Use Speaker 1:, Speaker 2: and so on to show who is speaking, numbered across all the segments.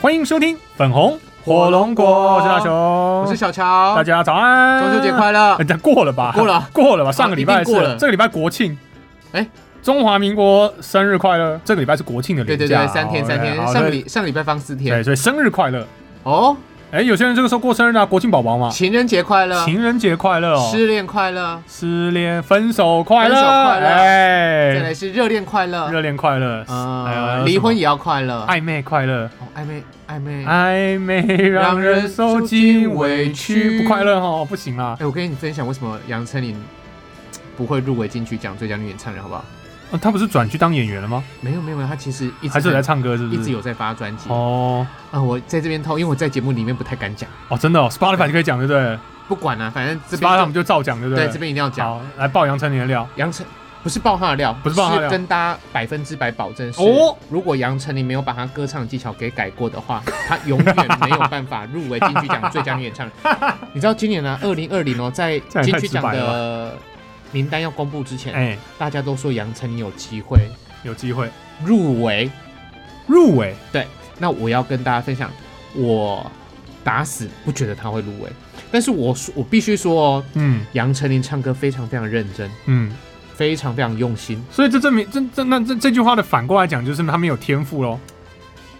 Speaker 1: 欢迎收听粉红
Speaker 2: 火龙果
Speaker 1: 我是大雄，
Speaker 2: 我
Speaker 1: 我
Speaker 2: 是小乔，
Speaker 1: 大家早安，
Speaker 2: 中秋节快乐
Speaker 1: 哎！这过了吧？
Speaker 2: 过了
Speaker 1: 过了吧？
Speaker 2: 啊
Speaker 1: 上个礼拜是
Speaker 2: 一定过了
Speaker 1: 这个礼拜国庆，
Speaker 2: 哎
Speaker 1: 中华民国生日快乐！这个礼拜是国庆的
Speaker 2: 对
Speaker 1: 连假，
Speaker 2: 对对，三天
Speaker 1: 哦
Speaker 2: 三天，
Speaker 1: 好
Speaker 2: 上个礼上个礼拜放四天
Speaker 1: 对，所以生日快乐！
Speaker 2: 哦，
Speaker 1: 哎，有些人这个时候过生日啊，国庆宝宝嘛，
Speaker 2: 情人节快乐，
Speaker 1: 情人节快乐哦，
Speaker 2: 失恋快乐，
Speaker 1: 失恋、分手快乐，
Speaker 2: 分手快乐再
Speaker 1: 哎
Speaker 2: 来，是热恋快乐，
Speaker 1: 热恋快乐，还有还有
Speaker 2: 呃，
Speaker 1: 什么
Speaker 2: 离婚也要快乐，
Speaker 1: 暧昧快乐，
Speaker 2: 哦暧昧暧昧，哎，
Speaker 1: 暧昧让人受尽委屈，不快乐哦，不行啦。
Speaker 2: 哎我跟你分享为什么杨丞琳不会入围金曲奖最佳女演唱人，好不好？
Speaker 1: 哦他不是转去当演员了吗？
Speaker 2: 没有没有没有，她其实一直
Speaker 1: 还是有在唱歌？是不
Speaker 2: 一
Speaker 1: 是？
Speaker 2: 直有在发专辑啊
Speaker 1: 哦。，
Speaker 2: 我在这边偷，因为我在节目里面不太敢讲，
Speaker 1: 哦，真的哦，Spotify 就可以讲，对不对
Speaker 2: 不管啊，反正这
Speaker 1: ？Spotify 我们
Speaker 2: 边
Speaker 1: 就照讲，对不对？
Speaker 2: 对这边一定要讲。
Speaker 1: 好，来爆杨丞琳的料。
Speaker 2: 杨丞不是爆他的料，
Speaker 1: 不是爆他的料
Speaker 2: 是跟大家百分之百保证是，
Speaker 1: 哦
Speaker 2: 如果杨丞琳没有把他歌唱技巧给改过的话， 他永远没有办法入围金曲奖最佳女演唱人。 你知道今年呢、啊，二零二零哦，在
Speaker 1: 这样也
Speaker 2: 金
Speaker 1: 太
Speaker 2: 曲
Speaker 1: 直白
Speaker 2: 奖的名单要公布之前，
Speaker 1: 哎，
Speaker 2: 大家都说杨丞琳有机会
Speaker 1: 有机会哎
Speaker 2: 入围。
Speaker 1: 入围
Speaker 2: 那我要跟大家分享，我打死不觉得他会入围，但是我说我必须说哦，
Speaker 1: 嗯
Speaker 2: 杨丞琳唱歌非常非常认真，
Speaker 1: 嗯，
Speaker 2: 非常非常用心。
Speaker 1: 所以这证明这这那这这句话的反过来讲，就是他们有天赋喽，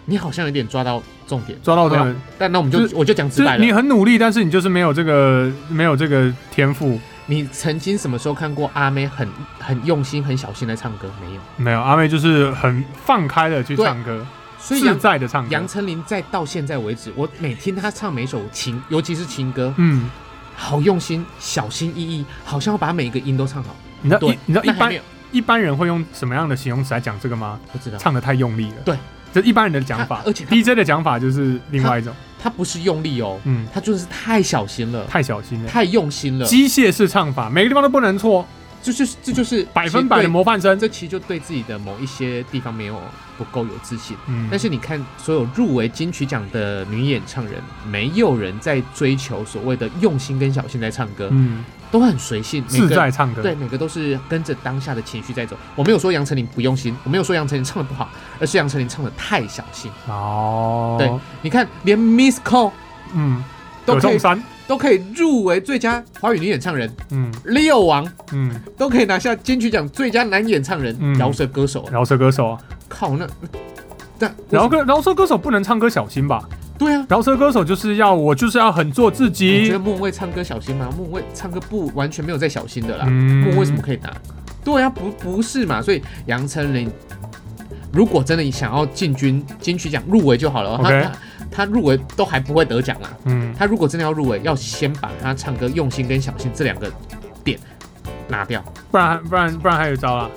Speaker 2: 你好像有点抓到重点。
Speaker 1: 抓到这
Speaker 2: 没
Speaker 1: 个，
Speaker 2: 但那我们就
Speaker 1: 就是
Speaker 2: 我就讲直
Speaker 1: 就
Speaker 2: 白
Speaker 1: 是
Speaker 2: 了
Speaker 1: 你，很努力，但是你就是没有这个没有这个天赋，
Speaker 2: 你曾经什么时候看过阿妹很很用心、很小心的唱歌？没有。
Speaker 1: 没有阿妹就是很放开的去唱歌，
Speaker 2: 所以
Speaker 1: 自
Speaker 2: 杨
Speaker 1: 在的唱歌
Speaker 2: 杨，丞琳在到现在为止，我每听她唱每首情，尤其是情歌，
Speaker 1: 嗯，
Speaker 2: 好用心、小心翼翼，好像要把每个音都唱好。
Speaker 1: 你知道
Speaker 2: 对
Speaker 1: 一，你知道
Speaker 2: 那
Speaker 1: 一
Speaker 2: 还没
Speaker 1: 般
Speaker 2: 有，
Speaker 1: 一般人会用什么样的形容词来讲这个吗？
Speaker 2: 不知道
Speaker 1: 唱的太用力了，
Speaker 2: 对，
Speaker 1: 这一般人的讲法
Speaker 2: 他而且他
Speaker 1: DJ 的讲法就是另外一种，
Speaker 2: 她不是用力哦，
Speaker 1: 嗯，
Speaker 2: 她就是太小心了，
Speaker 1: 太小心了。
Speaker 2: 太用心了，
Speaker 1: 机械式唱法，每个地方都不能错，
Speaker 2: 就就是这就是
Speaker 1: 百分百的模范生
Speaker 2: 对。。这其实就对自己的某一些地方没有不够有自信。
Speaker 1: 嗯
Speaker 2: 但是你看，所有入围金曲奖的女演唱人，没有人在追求所谓的用心跟小心在唱歌，
Speaker 1: 嗯，
Speaker 2: 都很随性，每
Speaker 1: 自
Speaker 2: 个
Speaker 1: 在唱歌，
Speaker 2: 对每个都是跟着当下的情绪在走。我没有说杨丞琳不用心，我没有说杨丞琳唱的不好，而是杨丞琳唱的太小心。
Speaker 1: 哦，
Speaker 2: 对，你看，连 Miss Cole
Speaker 1: 嗯，
Speaker 2: 都
Speaker 1: 葛
Speaker 2: 可
Speaker 1: 仲
Speaker 2: 以
Speaker 1: 山，
Speaker 2: 都可以入围最佳华语女演唱人
Speaker 1: 嗯
Speaker 2: ，Leo 王
Speaker 1: 嗯，
Speaker 2: 都可以拿下金曲奖最佳男演唱人
Speaker 1: 嗯，
Speaker 2: 饶舌歌手。
Speaker 1: 饶舌歌手啊，
Speaker 2: 靠，那但
Speaker 1: 饶歌饶舌歌手不能唱歌小心吧？
Speaker 2: 对啊，
Speaker 1: 饶舌歌手就是要我就是要很做自
Speaker 2: 你觉
Speaker 1: 己
Speaker 2: 得，莫文蔚唱歌小心吗？莫文蔚唱歌不完全没有在小心的啦，
Speaker 1: 嗯
Speaker 2: 莫文蔚怎么可以拿？对啊，不不是嘛，所以杨丞琳如果真的想要进军金曲奖入围就好了哦，
Speaker 1: OK
Speaker 2: 他他他入围都还不会得奖啦。
Speaker 1: 嗯，
Speaker 2: 他如果真的要入围，要先把他唱歌用心跟小心这两个点拿掉。
Speaker 1: 不然不然不然还有一招啦。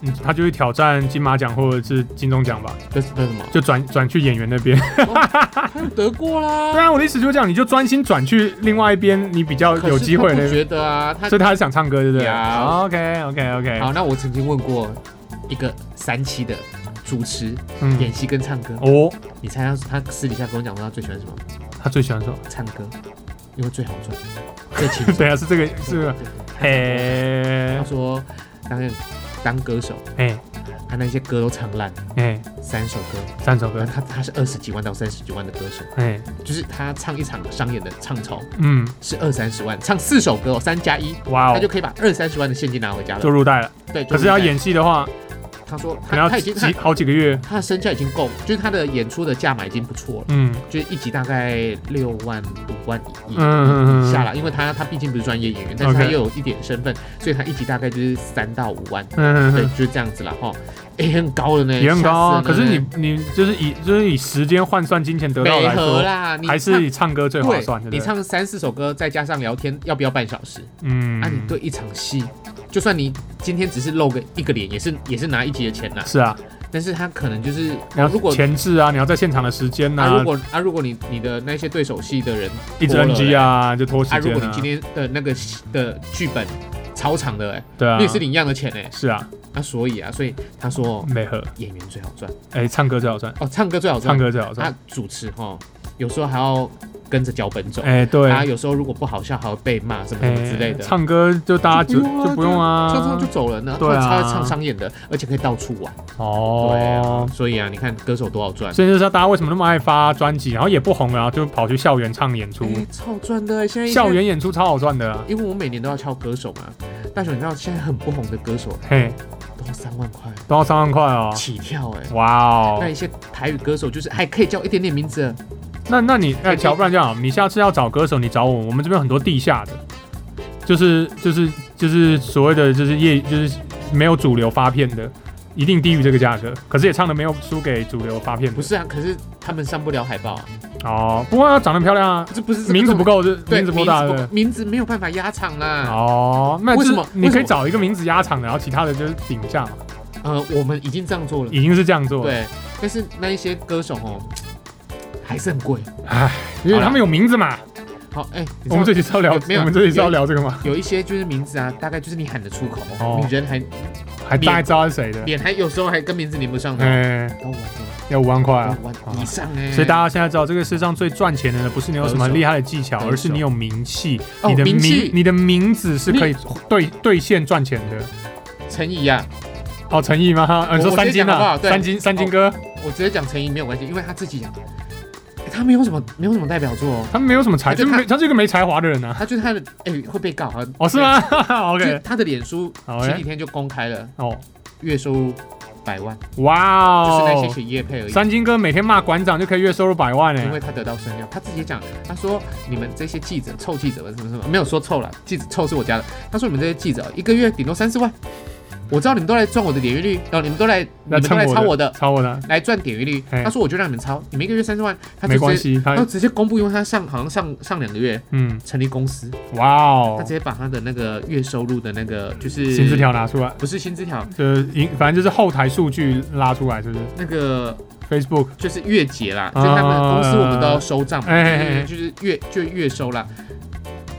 Speaker 1: 嗯，他就去挑战金马奖或者是金钟奖吧，
Speaker 2: 这是这是什么？
Speaker 1: 就转转去演员那边。
Speaker 2: 他有得
Speaker 1: 不
Speaker 2: 过啦，
Speaker 1: 然我的意思就是这样，你就专心转去另外一边，你比较
Speaker 2: 可是
Speaker 1: 有机会
Speaker 2: 他
Speaker 1: 那边。
Speaker 2: 不觉得啊，他
Speaker 1: 所以他还是想唱歌，对不哦对
Speaker 2: 有
Speaker 1: ？OK OK OK，
Speaker 2: 好。那我曾经问过一个三期的主持、演
Speaker 1: 嗯，
Speaker 2: 戏跟唱歌，
Speaker 1: 哦，
Speaker 2: 你猜他他私底下跟我讲说他最喜欢什么？
Speaker 1: 他最喜欢什么？
Speaker 2: 唱歌，因为最好赚，最轻松。
Speaker 1: 对啊，是这个 是这个，
Speaker 2: 他
Speaker 1: 嘿，
Speaker 2: 说当当歌手，
Speaker 1: 哎
Speaker 2: 他那些歌都唱烂，
Speaker 1: 哎，
Speaker 2: 三首歌，
Speaker 1: 三首歌
Speaker 2: 但，他他是二十几万到三十几万的歌手，
Speaker 1: 哎，
Speaker 2: 就是他唱一场商演的唱酬
Speaker 1: 嗯，
Speaker 2: 是二三十万，唱四首歌哦，三加一。
Speaker 1: 哇
Speaker 2: 他就
Speaker 1: 哦，
Speaker 2: 可以把二三十万的现金拿回家
Speaker 1: 就
Speaker 2: 了。
Speaker 1: 入袋了。
Speaker 2: 对，
Speaker 1: 可是要，演戏的话，
Speaker 2: 他说
Speaker 1: 可能
Speaker 2: 他他
Speaker 1: 要
Speaker 2: 已
Speaker 1: 几
Speaker 2: 经他
Speaker 1: 好几个月。
Speaker 2: 他的身价已经够，就是他的演出的价码已经不错了，
Speaker 1: 嗯
Speaker 2: 就是一集大概六万五万以
Speaker 1: 嗯嗯嗯
Speaker 2: 以下
Speaker 1: 嗯
Speaker 2: 了，因为他他毕竟不是专业演员，但是他
Speaker 1: OK
Speaker 2: 又有一点身份，所以他一集大概就是三到五万，
Speaker 1: 嗯
Speaker 2: 对
Speaker 1: 嗯，，
Speaker 2: 就这样子了哈。也很高了呢，
Speaker 1: 也很高啊。
Speaker 2: 吓
Speaker 1: 可
Speaker 2: 死
Speaker 1: 是
Speaker 2: 人了
Speaker 1: 你你就是以就是以时间换算金钱得到
Speaker 2: 没
Speaker 1: 来
Speaker 2: 合
Speaker 1: 说，
Speaker 2: 啦，你
Speaker 1: 还
Speaker 2: 唱
Speaker 1: 是以唱歌最划算，
Speaker 2: 对
Speaker 1: 对
Speaker 2: 你
Speaker 1: 不对？
Speaker 2: 唱三四首歌，再加上聊天，要不要半小时？
Speaker 1: 嗯
Speaker 2: 啊，你对一场戏，就算你今天只是露个一个脸，也是也是拿一集的钱啦。
Speaker 1: 是啊，
Speaker 2: 但是他可能就是
Speaker 1: 你要，
Speaker 2: 如果
Speaker 1: 前置啊，你要在现场的时间
Speaker 2: 啊，
Speaker 1: 呐
Speaker 2: 如，果啊，如果你你的那些对手戏的人
Speaker 1: 一直
Speaker 2: 拖了
Speaker 1: NG 啊，就拖时
Speaker 2: 欸，啊，如
Speaker 1: 间
Speaker 2: 果你
Speaker 1: 啊
Speaker 2: 今。天的那个戏的剧本超长的哎，
Speaker 1: 对啊
Speaker 2: 你也，是领一样的钱哎，
Speaker 1: 是啊，
Speaker 2: 那所以啊，所以他说
Speaker 1: 没合。
Speaker 2: 演员最好赚
Speaker 1: 哎，唱歌最好赚，
Speaker 2: 哦，唱歌最好赚，
Speaker 1: 唱歌最好赚。
Speaker 2: 啊，主持哈，有时候还要跟着脚本走。
Speaker 1: 哎、对，哎
Speaker 2: 他有时候如果不好笑，还会被骂什么什么之类的。
Speaker 1: 唱歌就大家
Speaker 2: 就
Speaker 1: 就
Speaker 2: 不用啊
Speaker 1: 就不用啊，
Speaker 2: 唱唱就走了呢，
Speaker 1: 对啊
Speaker 2: 他唱商演的，而且可以到处玩。对啊
Speaker 1: 哦，。
Speaker 2: 所以啊，你看歌手多少赚，
Speaker 1: 所以就是大家为什么那么爱发专辑，然后也不红了，然后就跑去校园唱演出，
Speaker 2: 哎超赚的欸。现在
Speaker 1: 校，园演出超好赚的啊。
Speaker 2: 因为我每年都要敲歌手嘛，大雄，你知道现在很不红的歌手啊
Speaker 1: 嘿，
Speaker 2: 都要三万块
Speaker 1: 都要三万块哦，
Speaker 2: 起跳哎。
Speaker 1: 哇
Speaker 2: 那
Speaker 1: 哦！
Speaker 2: 一些台语歌手就是还可以叫一点点名字啊的，
Speaker 1: 那那你哎，乔，不然这样，你下次要找歌手，你找我，我们这边有很多地下的，就是就是就是所谓的就是业就是没有主流发片的，一定低于这个价格，可是也唱的没有输给主流发片的
Speaker 2: 不是啊？可是他们上不了海报啊，
Speaker 1: 哦。不过她长得漂亮啊，
Speaker 2: 这不是这个
Speaker 1: 名字不
Speaker 2: 重
Speaker 1: 够，是
Speaker 2: 对
Speaker 1: 名字不够大
Speaker 2: 名
Speaker 1: 的
Speaker 2: 字。名字没有办法压场啦。
Speaker 1: 哦，那
Speaker 2: 为
Speaker 1: 就
Speaker 2: 什
Speaker 1: 是
Speaker 2: 么
Speaker 1: 你
Speaker 2: 为什
Speaker 1: 可以
Speaker 2: 么
Speaker 1: 找一个名字压场的，然后其他的就是顶一下嘛，
Speaker 2: 呃，我们已经这样做了，
Speaker 1: 已经是这样做了。
Speaker 2: 对，但是那一些歌手哦，还是很贵。
Speaker 1: 唉，因为他们有名字嘛。
Speaker 2: 好，哎，你知道
Speaker 1: 我们这集是要聊，
Speaker 2: 有没有
Speaker 1: 我们这集是要聊这个吗？
Speaker 2: 有一些就是名字啊，大概就是你喊得出口，
Speaker 1: 哦
Speaker 2: 你人还
Speaker 1: 还大概知道是谁的？
Speaker 2: 脸还有时候还跟名字连不上的，
Speaker 1: 哎，
Speaker 2: 高玩高
Speaker 1: 要五万块啊！
Speaker 2: 玩
Speaker 1: 好
Speaker 2: 以上哎，
Speaker 1: 所以大家现在知道，这个世界上最赚钱的呢，不是你有什么很厉害的技巧，
Speaker 2: 歌手
Speaker 1: 而是你有名气，
Speaker 2: 哦
Speaker 1: 你的
Speaker 2: 名气
Speaker 1: 你的名字是可以兑兑现赚钱的。
Speaker 2: 陈怡啊，
Speaker 1: 哦，诚意吗？呃
Speaker 2: 我
Speaker 1: 你说
Speaker 2: 我
Speaker 1: 三
Speaker 2: 先
Speaker 1: 金
Speaker 2: 讲好不
Speaker 1: 啊，
Speaker 2: 好对哦
Speaker 1: 三金三金哥，
Speaker 2: 我直接讲陈怡没有关系，因为他自己讲，哎他没有什么没有什么代表作哦，
Speaker 1: 他没有什么才，
Speaker 2: 他就
Speaker 1: 就
Speaker 2: 他
Speaker 1: 没他是一个没才华的人啊。
Speaker 2: 他就是他的哎会被告啊，
Speaker 1: 哦，是吗
Speaker 2: 对？就是
Speaker 1: ？OK，
Speaker 2: 他的脸书
Speaker 1: 好
Speaker 2: 前
Speaker 1: 哎
Speaker 2: 几天就公开了，
Speaker 1: 哦，
Speaker 2: 月收入百万，
Speaker 1: 哇
Speaker 2: 就是那些
Speaker 1: 哦！
Speaker 2: 写业配而已。
Speaker 1: 三金哥每天骂馆长就可以月收入百万
Speaker 2: 因
Speaker 1: 哎
Speaker 2: 为，他得到声量，他自己也讲，他说你们这些记者、臭记者们什么什么，没有说臭了，记者臭是我家的。他说你们这些记者一个月顶多三四万，我知道你们都来赚我的点阅率，然后你们都来，你
Speaker 1: 那
Speaker 2: 们都来抄我的，
Speaker 1: 抄我的，
Speaker 2: 来赚点阅率。
Speaker 1: 嘿
Speaker 2: 他说我就让你们抄，你们一个月三四万，他
Speaker 1: 没
Speaker 2: 就嗯
Speaker 1: 关
Speaker 2: 直接，
Speaker 1: 系，他
Speaker 2: 他直接公布，因为他上好像上上两个月
Speaker 1: 嗯，
Speaker 2: 成立公司，
Speaker 1: 哇
Speaker 2: 他
Speaker 1: 哦
Speaker 2: 直，接把他的那个月收入的那个就是
Speaker 1: 薪资，条拿出来，
Speaker 2: 不是薪资条，
Speaker 1: 就是银，反正就是后台数据拉出来，是不是
Speaker 2: 那个
Speaker 1: ？Facebook
Speaker 2: 就是月结啦，
Speaker 1: 啊
Speaker 2: 就是他们公司我们都要收账嘛，
Speaker 1: 哎哎哎
Speaker 2: 就是月就月收啦。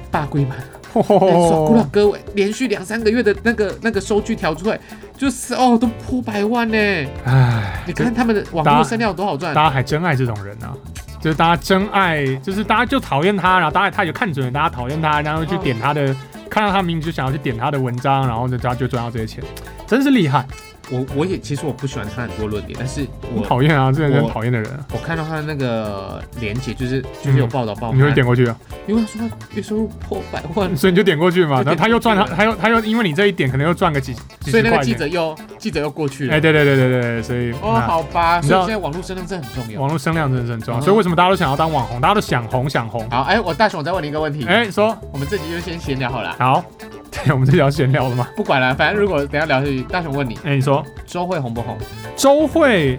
Speaker 2: 大龟嘛，
Speaker 1: 吼吼
Speaker 2: 爽哎哭了
Speaker 1: 吼，
Speaker 2: 各位，连续两三个月的那个那个收据调出来，就是哦，都破百万呢！
Speaker 1: 哎唉，
Speaker 2: 你看他们的网
Speaker 1: 大
Speaker 2: 络
Speaker 1: 家
Speaker 2: 声量有多少赚
Speaker 1: 大，家还真爱这种人啊！就是大家真爱，就是大家就讨厌他，然后大家他也看准了，大家讨厌他，然后就点他
Speaker 2: 嗯
Speaker 1: 的，看到他名字就想要去点他的文章，然后呢，大家就赚到这些钱，真是厉害！
Speaker 2: 我我也其实我不喜欢他很多论点，但是我
Speaker 1: 讨厌啊，这人
Speaker 2: 我
Speaker 1: 很讨厌的人啊，
Speaker 2: 我看到他的那个连接，就是就是有报道报道，
Speaker 1: 你会点过去啊？
Speaker 2: 因为他说他月收入破百万，
Speaker 1: 所以你就点过去嘛，
Speaker 2: 就
Speaker 1: 然后
Speaker 2: 嗯点
Speaker 1: 他又赚他，
Speaker 2: 过去了
Speaker 1: 他又他又因为你这一点可能又赚个几几
Speaker 2: 所
Speaker 1: 十
Speaker 2: 以那
Speaker 1: 块
Speaker 2: 个记
Speaker 1: 钱。
Speaker 2: 者又记者又过去了。
Speaker 1: 哎，对对对对对对，所以
Speaker 2: 哦，
Speaker 1: 那
Speaker 2: 好吧，
Speaker 1: 你知
Speaker 2: 所以
Speaker 1: 道
Speaker 2: 现在网络声量真的很重要。
Speaker 1: 网络声量真的是很重要，
Speaker 2: 嗯
Speaker 1: 所以为什么大家都想要当网红，大家都想红想红。
Speaker 2: 好，哎，我大雄，我再问你一个问题，
Speaker 1: 哎，说
Speaker 2: 我们这集就先闲聊好了。
Speaker 1: 好， 对，我们这条闲聊了吗？
Speaker 2: 不管了，反正如果等一下聊下去，大雄问你，
Speaker 1: 哎，你说
Speaker 2: 周慧红不红？
Speaker 1: 周慧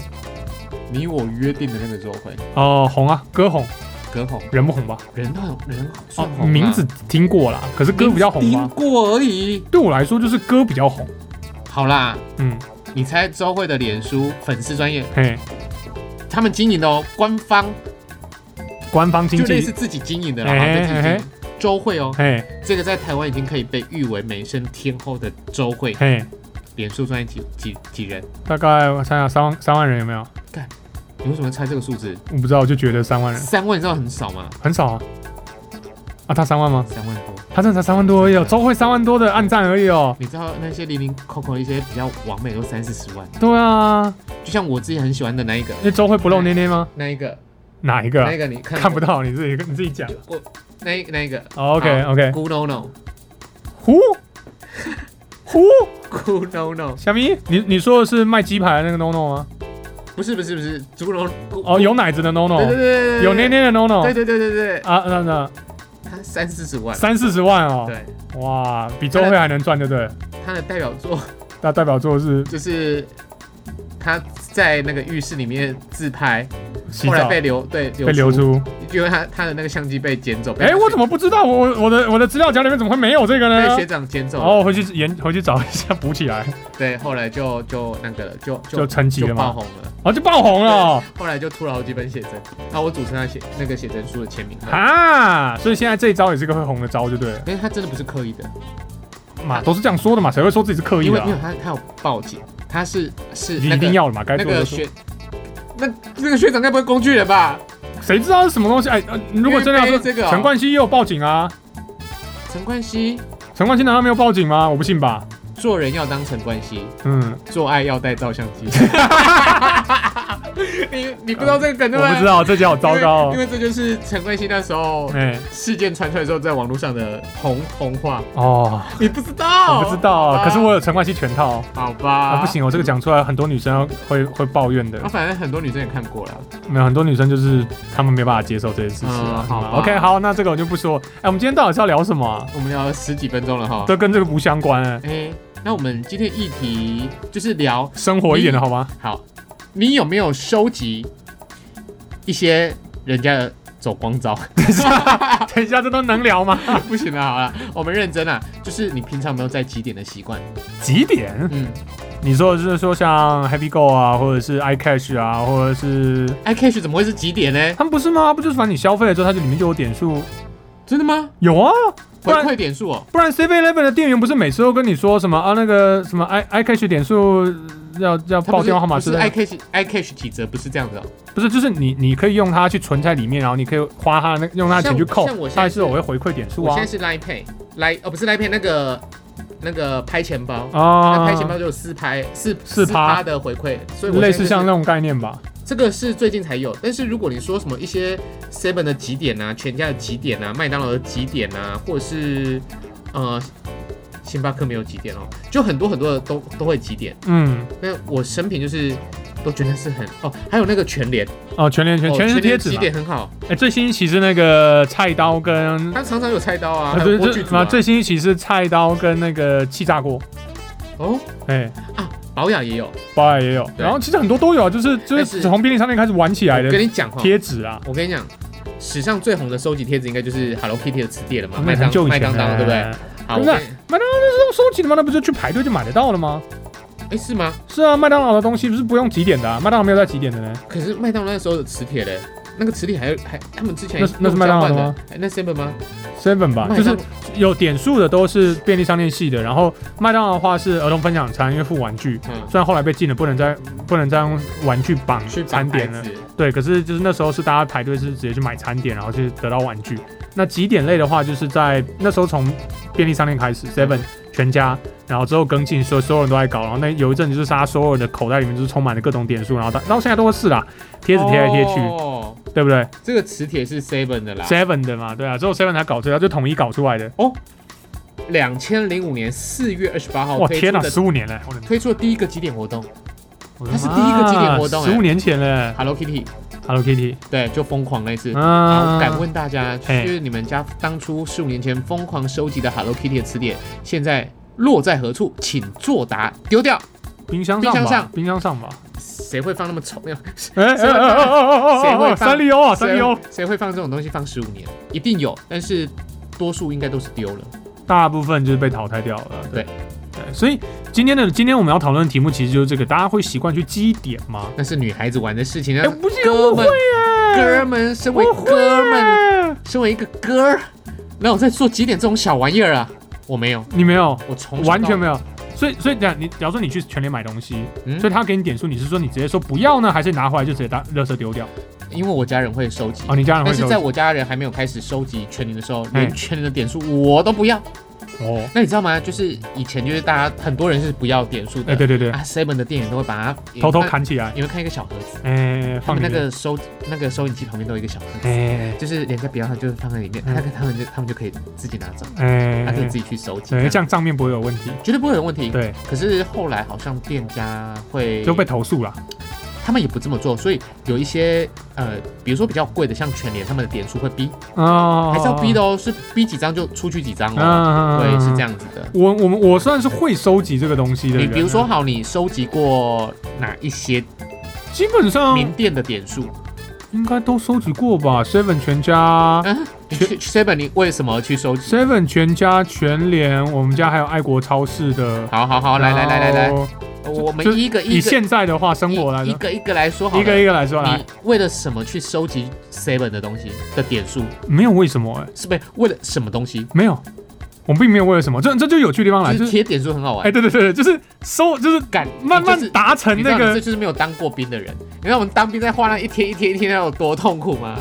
Speaker 2: 你我约定的那个周慧，
Speaker 1: 哦红啊，歌红，
Speaker 2: 歌红，
Speaker 1: 人不红吧？
Speaker 2: 人都有人算
Speaker 1: 哦
Speaker 2: 红、，
Speaker 1: 名字听过啦，可是歌比较红
Speaker 2: 听
Speaker 1: 吗？
Speaker 2: 过而已。
Speaker 1: 对我来说就是歌比较红，
Speaker 2: 好啦，
Speaker 1: 嗯，
Speaker 2: 你猜周慧的脸书粉丝专业，
Speaker 1: 嘿，
Speaker 2: 他们经营的哦，官方
Speaker 1: 官方
Speaker 2: 就
Speaker 1: 经
Speaker 2: 类似
Speaker 1: 济，
Speaker 2: 自己经营的啦，
Speaker 1: 哎
Speaker 2: 好自己经
Speaker 1: 哎
Speaker 2: 营。周慧哦，
Speaker 1: 嘿
Speaker 2: 这个在台湾已经可以被誉为美声天后的周慧，
Speaker 1: 嘿，
Speaker 2: 脸书专业几几几人？
Speaker 1: 大概我想想三万三万人有没有？
Speaker 2: 你为什么猜这个数字？
Speaker 1: 我不知道，我就觉得三万人
Speaker 2: 三万你知道很少吗？
Speaker 1: 很少啊。啊，他三万吗？
Speaker 2: 三万多。
Speaker 1: 他这才三万多而已哦，周慧三万多的暗赞而已哦。
Speaker 2: 你知道那些零零扣扣一些比较完美都三四十万，
Speaker 1: 对啊，
Speaker 2: 就像我自己很喜欢的那一个，
Speaker 1: 那周慧不露捏捏吗？
Speaker 2: 那一个，
Speaker 1: 哪一个啊
Speaker 2: 那一？个你看
Speaker 1: 看不到，你自己你自己讲。
Speaker 2: 我那一那一个啊
Speaker 1: OK
Speaker 2: 好
Speaker 1: OK，
Speaker 2: 咕 no no
Speaker 1: 呼呼，
Speaker 2: 咕 no no，
Speaker 1: 小咪，你你说的是卖鸡排的那个 NONO 吗？
Speaker 2: 不是不是不是猪肉咕
Speaker 1: 哦，有奶子的
Speaker 2: 对对
Speaker 1: NONO，
Speaker 2: 对对对
Speaker 1: 有捏捏的
Speaker 2: 对
Speaker 1: NONO
Speaker 2: 对对对对，
Speaker 1: 啊，那那
Speaker 2: 他三四十万，
Speaker 1: 三四十万哦，
Speaker 2: 对，
Speaker 1: 哇，比周慧还能赚，对不对了？
Speaker 2: 他的代表作
Speaker 1: 那代表作是
Speaker 2: 就是他在那个浴室里面自拍，
Speaker 1: 洗
Speaker 2: 后来
Speaker 1: 澡
Speaker 2: 被流对
Speaker 1: 被流，出。
Speaker 2: 因为他他的那个相机被捡走，被
Speaker 1: 哎，我
Speaker 2: 学
Speaker 1: 怎么不知道？我我我的我的资料夹里面怎么会没有这个
Speaker 2: 被
Speaker 1: 呢
Speaker 2: 学？长捡走了，
Speaker 1: 哦，回去研回去找一下补起来，
Speaker 2: 对，后来就就那个了，就
Speaker 1: 就
Speaker 2: 就
Speaker 1: 成绩
Speaker 2: 就
Speaker 1: 了
Speaker 2: 爆
Speaker 1: 嘛，
Speaker 2: 红了。
Speaker 1: 哦，就爆红了哦。
Speaker 2: 后来就出了好几本写真，那我组成他写那个写真书的签名会，
Speaker 1: 啊，所以现在这一招也是个会红的招，就对了
Speaker 2: 但是他真的不是刻意的，
Speaker 1: 嘛，都是这样说的嘛，谁会说自己是刻意
Speaker 2: 因为
Speaker 1: 的、啊
Speaker 2: 没有？他他有报警，他是是
Speaker 1: 一
Speaker 2: 那
Speaker 1: 定
Speaker 2: 个
Speaker 1: 要的嘛，该
Speaker 2: 那
Speaker 1: 做的
Speaker 2: 个
Speaker 1: 做。
Speaker 2: 学那那个学长该不会工具人吧？
Speaker 1: 谁知道是什么东西？哎，呃如果真的要
Speaker 2: 因
Speaker 1: 说
Speaker 2: 为被这个哦
Speaker 1: 陈冠希也有报警啊，
Speaker 2: 陈冠希
Speaker 1: 陈冠希难道没有报警吗？我不信吧。
Speaker 2: 做人要当陈冠希，
Speaker 1: 嗯，
Speaker 2: 做爱要带照相 机。你你不知道这个梗对
Speaker 1: 我不知
Speaker 2: 不对？
Speaker 1: 道，这集好糟糕
Speaker 2: 因为
Speaker 1: 哦。
Speaker 2: 因为这就是陈冠希那时候
Speaker 1: 哎，
Speaker 2: 事件传出来之后，在网络上的红红话。
Speaker 1: 哦，
Speaker 2: 你不知道？
Speaker 1: 我不知道，
Speaker 2: 哦好吧
Speaker 1: 可是我有陈冠希全套
Speaker 2: 好吧、
Speaker 1: 啊，不行，我这个讲出来，很多女生会会抱怨的
Speaker 2: 啊，。反正很多女生也看过了。
Speaker 1: 没有很多女生就是她们没办法接受这件事情啊。
Speaker 2: 嗯好吧
Speaker 1: OK，好，那这个我就不说。哎，我们今天到底是要聊什么啊？
Speaker 2: 我们聊了十几分钟了哈。
Speaker 1: 都跟这个无相关哎，
Speaker 2: 哎、那我们今天的议题就是聊
Speaker 1: 生活一点的好吗？
Speaker 2: 好，你有没有收集一些人家的走光照？
Speaker 1: 等一下，这都能聊吗？
Speaker 2: 不行了，好了，我们认真啊，就是你平常有没有在几点的习惯？
Speaker 1: 几点？
Speaker 2: 嗯
Speaker 1: 你说的就是说像 Happy Go 啊，或者是 iCash 啊，或者是
Speaker 2: ，iCash 怎么会是几点呢？
Speaker 1: 他们不是吗？不就是反正你消费了之后，它就里面就有点数？
Speaker 2: 真的吗？
Speaker 1: 有啊，不
Speaker 2: 回
Speaker 1: 然
Speaker 2: 馈点数哦，
Speaker 1: 不然 C V Eleven 的店员不是每次都跟你说什么啊？那个什么 i iCash 点数要要
Speaker 2: 它
Speaker 1: 报电话号码
Speaker 2: 不
Speaker 1: 之
Speaker 2: 是
Speaker 1: 类
Speaker 2: 不
Speaker 1: 的
Speaker 2: 是
Speaker 1: 吗
Speaker 2: iCash iCash 几折，哎不是这样子哦。
Speaker 1: 不是，就是你你可以用它去存在里面，然后你可以花它的那用它的钱去扣
Speaker 2: 像我像我，现在
Speaker 1: 它还是我会回馈点数
Speaker 2: 我
Speaker 1: 啊
Speaker 2: 现在是 Line Pay，来哦不是 Line Pay 那个那个拍钱包。那
Speaker 1: 啊
Speaker 2: 拍钱包就有四拍四
Speaker 1: 四趴
Speaker 2: 趴的回馈，所以我
Speaker 1: 类
Speaker 2: 现在就
Speaker 1: 似
Speaker 2: 是
Speaker 1: 像那种概念吧。
Speaker 2: 这个是最近才有，但是如果你说什么一些 Seven 的几点啊，全家的几点啊，麦当劳的几点啊，或者是呃星巴克没有几点哦，就很多很多的都都会几点。
Speaker 1: 嗯，
Speaker 2: 那我生平就是都觉得是很哦，还有那个全联，
Speaker 1: 哦，全联全
Speaker 2: 哦
Speaker 1: 全是贴纸
Speaker 2: 几
Speaker 1: 嘛。
Speaker 2: 点很好，
Speaker 1: 哎，最新一期是那个菜刀跟
Speaker 2: 它常常有菜刀啊，
Speaker 1: 啊，
Speaker 2: 还有
Speaker 1: 对，
Speaker 2: 锅具
Speaker 1: 最
Speaker 2: 组啊
Speaker 1: 啊，最新一期是菜刀跟那个气炸锅，
Speaker 2: 哦
Speaker 1: 哎，
Speaker 2: 保养也有。
Speaker 1: 包啊来也有。
Speaker 2: 对
Speaker 1: 然后其实很多都有啊，就是就
Speaker 2: 但
Speaker 1: 是
Speaker 2: 是
Speaker 1: 从便利商店开始玩起来
Speaker 2: 我跟
Speaker 1: 的
Speaker 2: 你讲哈，哦
Speaker 1: 贴纸啊，
Speaker 2: 我跟你讲，史上最红的收集贴纸应该就是 Hello Kitty 的磁碟了嘛，
Speaker 1: 那
Speaker 2: 麦
Speaker 1: 很
Speaker 2: 当
Speaker 1: 久以
Speaker 2: 麦
Speaker 1: 前
Speaker 2: 当当
Speaker 1: 了
Speaker 2: 对不对？？好，我
Speaker 1: 真的
Speaker 2: 跟你
Speaker 1: 这种收集的吗？那不就去排队就买得到了吗？
Speaker 2: 哎是吗？
Speaker 1: 是啊，麦当劳的东西不是不用几点的啊，麦当劳没有在几点的呢。
Speaker 2: 可是麦当劳那时候有磁铁嘞，那个磁铁还有还他们之前
Speaker 1: 那是那是麦当劳的吗
Speaker 2: 用交换的？哎那 seven 吗？
Speaker 1: seven 吧，
Speaker 2: 麦
Speaker 1: 就
Speaker 2: 当
Speaker 1: 是有点数的都是便利商店系的，然后麦当劳的话是儿童分享餐，因为付玩具。
Speaker 2: 嗯，
Speaker 1: 虽然后来被禁了，不能再不能再用玩具绑
Speaker 2: 去绑
Speaker 1: 餐点
Speaker 2: 牌
Speaker 1: 了，
Speaker 2: 子
Speaker 1: 对。可是就是那时候是大家排队是直接去买餐点，然后去得到玩具。那几点类的话，就是在那时候从便利商店开始，seven 全家，然后之后跟进，所所有人都在搞。然后那有一阵子就是大家所有人的口袋里面就是充满了各种点数，然后到到现在都是啦，贴纸贴来贴去，
Speaker 2: 哦，
Speaker 1: 对不对
Speaker 2: 这个磁铁是 seven 的啦，
Speaker 1: ？seven 的嘛，对啊，之后 seven 才搞这个，就统一搞出来的。
Speaker 2: 两千零五年四月二十八号
Speaker 1: 哇，
Speaker 2: 哦推
Speaker 1: 天
Speaker 2: 出
Speaker 1: 哪，
Speaker 2: 的
Speaker 1: 十五年了，我的
Speaker 2: 推出的第一个几点活动
Speaker 1: 我的
Speaker 2: 它是第一个纪念活动
Speaker 1: 十
Speaker 2: 哎
Speaker 1: 五年前了
Speaker 2: ，Hello Kitty，
Speaker 1: ，Hello Kitty，
Speaker 2: 对，就疯狂那一次。好，
Speaker 1: 嗯
Speaker 2: 我敢问大家，就
Speaker 1: 嘿
Speaker 2: 是你们家当初十五年前疯狂收集的 Hello Kitty 的磁铁，现在落在何处？请作答。丢掉，
Speaker 1: 冰箱上
Speaker 2: 冰箱
Speaker 1: 吧
Speaker 2: 上，
Speaker 1: 冰箱上吧，
Speaker 2: 谁会放那么丑？没有，
Speaker 1: 哎哎哎哎哎
Speaker 2: 谁
Speaker 1: 哎
Speaker 2: 会
Speaker 1: 哎，
Speaker 2: 放
Speaker 1: 三丽鸥啊，三
Speaker 2: 谁
Speaker 1: 丽鸥，
Speaker 2: 谁会放这种东西放十五年？一定有，但是多数应该都是丢了。
Speaker 1: 大部分就是被淘汰掉了，
Speaker 2: 对
Speaker 1: 对，所以今天的今天我们要讨论的题目其实就是这个，大家会习惯去积点吗？
Speaker 2: 那是女孩子玩的事情。
Speaker 1: 哎，
Speaker 2: 那
Speaker 1: 不是
Speaker 2: 哥
Speaker 1: 我会
Speaker 2: 们，哥
Speaker 1: 耶，
Speaker 2: 们，身为
Speaker 1: 我会
Speaker 2: 哥们，
Speaker 1: 耶，
Speaker 2: 身为一个哥儿，那我在做几点这种小玩意儿啊？我没有，
Speaker 1: 你没有，
Speaker 2: 我从
Speaker 1: 完全没
Speaker 2: 有。
Speaker 1: 有。所以，所以这样，你假如说你去全联买东西，
Speaker 2: 嗯
Speaker 1: 所以他给你点数，你是说你直接说不要呢，还是拿回来就直接当垃圾丢掉？
Speaker 2: 因为我家人会收集。
Speaker 1: 哦，你家人会
Speaker 2: 但哦是
Speaker 1: 收
Speaker 2: 在我家人还没有开始收集全年的时候，
Speaker 1: 哎
Speaker 2: 连全年的点数我都不要。
Speaker 1: 哦，
Speaker 2: 那你知道吗？就是以前就是大家很多人是不要点数的，
Speaker 1: 哎，对对对，
Speaker 2: 啊，seven 的店员都会把它
Speaker 1: 偷偷。
Speaker 2: 你们看
Speaker 1: 砍起来，
Speaker 2: 你们看一个小盒子，
Speaker 1: 哎，
Speaker 2: 他
Speaker 1: 放
Speaker 2: 们
Speaker 1: 里
Speaker 2: 那
Speaker 1: 面
Speaker 2: 个收那个收银机旁边都有一个小盒子，
Speaker 1: 哎
Speaker 2: 就是人家不要，他就是放在里面，
Speaker 1: 嗯
Speaker 2: 那个他们就他们就可以自己拿走，
Speaker 1: 哎，
Speaker 2: 他可以
Speaker 1: 哎
Speaker 2: 自己去收集，
Speaker 1: 对，这样账面不会有问题，
Speaker 2: 绝对不会有问题。
Speaker 1: 对，
Speaker 2: 可是后来好像店家会
Speaker 1: 就被投诉了。
Speaker 2: 他们也不这么做，所以有一些呃，比如说比较贵的，像全联，他们的点数会逼，
Speaker 1: 哦，
Speaker 2: 还是要逼的哦，是逼几张就出去几张
Speaker 1: 嗯
Speaker 2: 哦，对，是这。样子的。
Speaker 1: 我我们我算是会收集这个东西的
Speaker 2: 你
Speaker 1: 人，啊
Speaker 2: 比如说，好，你收集过哪一些
Speaker 1: 基本上
Speaker 2: 名店的点数？
Speaker 1: 应该都收集过吧，seven 全家。
Speaker 2: 嗯，你去 seven 你为什么去收集？
Speaker 1: seven 全家、全联，我们家还有爱国超市的。
Speaker 2: 好好好，来来来来
Speaker 1: 然
Speaker 2: 来，
Speaker 1: 后
Speaker 2: 我们
Speaker 1: 哦就
Speaker 2: 一个一
Speaker 1: 以
Speaker 2: 个
Speaker 1: 现在的话，生活来
Speaker 2: 一一
Speaker 1: 说，
Speaker 2: 个一个来说好了，
Speaker 1: 一个一个来说，来
Speaker 2: 你，为了什么去收集 Seven 的东西的点数？
Speaker 1: 没有为什么哎，
Speaker 2: 是不是为了什么东西？
Speaker 1: 没有，我们并没有为了什么，这这就有趣的地方来，
Speaker 2: 就
Speaker 1: 啊就是是
Speaker 2: 贴点数很好玩
Speaker 1: 哎，。对对对对，就是收就是
Speaker 2: 敢
Speaker 1: 慢
Speaker 2: 你就是
Speaker 1: 慢达成
Speaker 2: 你知道
Speaker 1: 那
Speaker 2: 你
Speaker 1: 个
Speaker 2: 这就是没有当过兵的人，你知道我们当兵在画那一天一天一天那有多痛苦吗？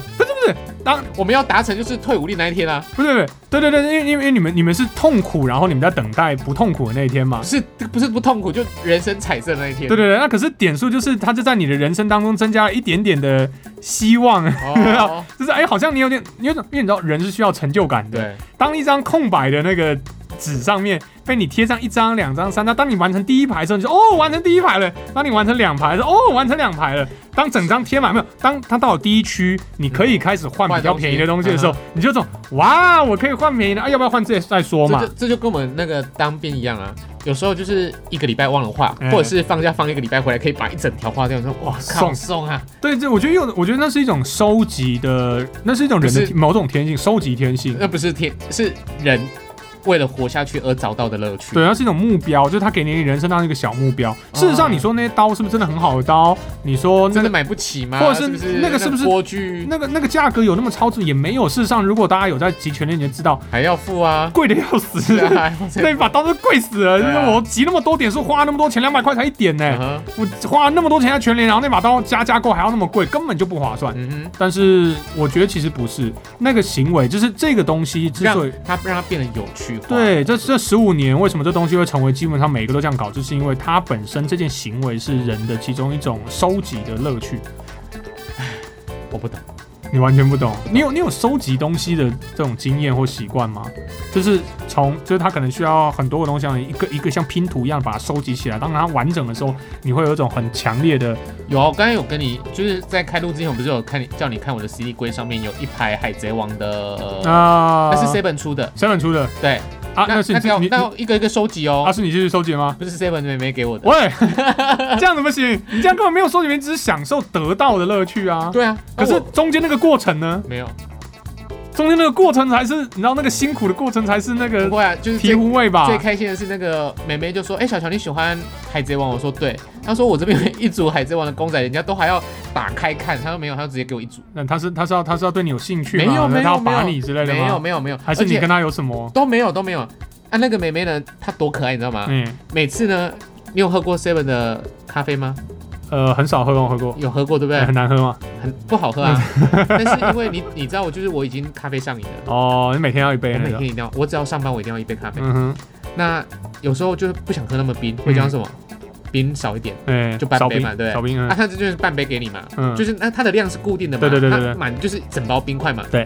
Speaker 1: 当
Speaker 2: 我们要达成就是退伍令那一天啊，
Speaker 1: 不对不对对对对，因为因为因为你们你们是痛苦，然后你们在等待不痛苦的那一天嘛
Speaker 2: 不。是不是不痛苦，就人生彩色那一天。
Speaker 1: 对对对，那可是点数就是它就在你的人生当中增加了一点点的希望，
Speaker 2: 哦，
Speaker 1: 就是哎，好像你有点，你有点，因为你知道人是需要成就感的。
Speaker 2: 对，
Speaker 1: 当一张空白的那个纸上面被你贴上一张、两张、三张，当你完成第一排的时候，你就哦完成第一排了；当你完成两排的时候，哦完成两排了。当整张贴满没有，当它到了第一区，你可以开始换
Speaker 2: 嗯
Speaker 1: 比较便宜的东西的时候，你就这种哇，我可以换便宜的，啊，要不要换这再说嘛
Speaker 2: 这？就这就跟我们那个当兵一样啊，有时候就是一个礼拜忘了画，
Speaker 1: 嗯
Speaker 2: 或者是放假放一个礼拜回来可以把一整条画掉，你说哇靠
Speaker 1: 送
Speaker 2: 送啊，
Speaker 1: 对，这我觉得有，我觉得那是一种收集的，那是一种人
Speaker 2: 可
Speaker 1: 的
Speaker 2: 是
Speaker 1: 某种天性，收集天性。
Speaker 2: 那不是天是人为了活下去而找到的乐趣。
Speaker 1: 对，啊它是一种目标，就是他给你人生当中一个小目
Speaker 2: 哦
Speaker 1: 标。事实上，你说那些刀是不是真的很好的刀？你说那
Speaker 2: 真
Speaker 1: 个
Speaker 2: 的买不起吗？
Speaker 1: 或者是
Speaker 2: 不是
Speaker 1: 那个是不是
Speaker 2: 锅具
Speaker 1: 那个那个价格有那么超值也没有。事实上，如果大家有在集权链接，知道
Speaker 2: 还要 付啊？
Speaker 1: 贵的要死，
Speaker 2: 对啊，
Speaker 1: 那一把刀都贵死了。
Speaker 2: 对啊
Speaker 1: 就是我集那么多点数，花那么多钱，两百块才一点呢、
Speaker 2: 嗯 哼
Speaker 1: 我花那么多钱在全联，然后那把刀加加购还要那么贵，根本就不划算。
Speaker 2: 嗯哼，
Speaker 1: 但是我觉得其实不是那个行为，就是这个东西之所以
Speaker 2: 让它让它变得有趣化。
Speaker 1: 对，这这十五年为什么这东西会成为基本上每个都这样搞，就是因为它本身这件行为是人的其中一种收集的乐趣。
Speaker 2: 我不懂，
Speaker 1: 你完全不懂，你有你有收集东西的这种经验或习惯吗？就是从就是它可能需要很多个东西，一个一个像拼图一样把它收集起来。当它完整的时候，你会有一种很强烈的
Speaker 2: 有啊，我刚才有跟你，就是在开录之前，我不是有看你叫你看我的 CD 柜上面有一排《海贼王》的，呃
Speaker 1: 啊，
Speaker 2: 那是 Seven 出的，
Speaker 1: 谁出的
Speaker 2: 对，
Speaker 1: 啊？
Speaker 2: 那
Speaker 1: 那是你
Speaker 2: 那
Speaker 1: 自
Speaker 2: 个要
Speaker 1: 你
Speaker 2: 那要一个一个收集哦
Speaker 1: 啊，，是你继续收集的吗？
Speaker 2: 不是 Seven 妹妹给我的，
Speaker 1: 喂， 这样子不行，你这样根本没有收集，你只是享受得到的乐趣啊。
Speaker 2: 对啊，
Speaker 1: 可
Speaker 2: 那
Speaker 1: 是
Speaker 2: 我
Speaker 1: 中间那个过程呢？
Speaker 2: 没有，
Speaker 1: 中间那个过程才是，你知道那个辛苦的过程才是那个
Speaker 2: 不会啊，就是
Speaker 1: 醍
Speaker 2: 最
Speaker 1: 醐味吧？
Speaker 2: 最开心的是那个妹妹就说，哎，小乔你喜欢《海贼王》？我说对，她说我这边有一组《海贼王》的公仔，人家都还要打开看，她说没有，她就直接给我一组，
Speaker 1: 那他是他是要他是要对你有兴趣吗？
Speaker 2: 没有
Speaker 1: 然后
Speaker 2: 没
Speaker 1: 他要
Speaker 2: 有没
Speaker 1: 把
Speaker 2: 有
Speaker 1: 你之类的吗？
Speaker 2: 没有没有没有，
Speaker 1: 还是
Speaker 2: 而且
Speaker 1: 你跟他有什么？
Speaker 2: 都没有都没有，啊，那个妹妹呢，她多可爱，你知道吗？
Speaker 1: 嗯，
Speaker 2: 每次呢，你有喝过 Seven 的咖啡吗？
Speaker 1: 呃，很少喝过，喝过，
Speaker 2: 有喝过对不
Speaker 1: 欸
Speaker 2: 对
Speaker 1: 很？难喝吗？
Speaker 2: 很不好喝啊。
Speaker 1: 嗯
Speaker 2: 但是因为你你知道我就是我已经咖啡上瘾了，
Speaker 1: 哦，你每天要一杯
Speaker 2: 我每
Speaker 1: 那
Speaker 2: 天
Speaker 1: 个，
Speaker 2: 一定要，我只要上班我一定要一杯咖啡。
Speaker 1: 嗯哼，
Speaker 2: 那有时候就是不想喝那么冰，
Speaker 1: 嗯
Speaker 2: 会讲什么？冰少一点
Speaker 1: 哎，
Speaker 2: 就半
Speaker 1: 少
Speaker 2: 杯
Speaker 1: 冰
Speaker 2: 嘛对不对
Speaker 1: 少冰，
Speaker 2: 啊，
Speaker 1: 嗯
Speaker 2: 他这就是半杯给你嘛，
Speaker 1: 嗯，
Speaker 2: 就是那它的量是固定的嘛，
Speaker 1: 对对对对对
Speaker 2: 它满就是整包冰块嘛。
Speaker 1: 对，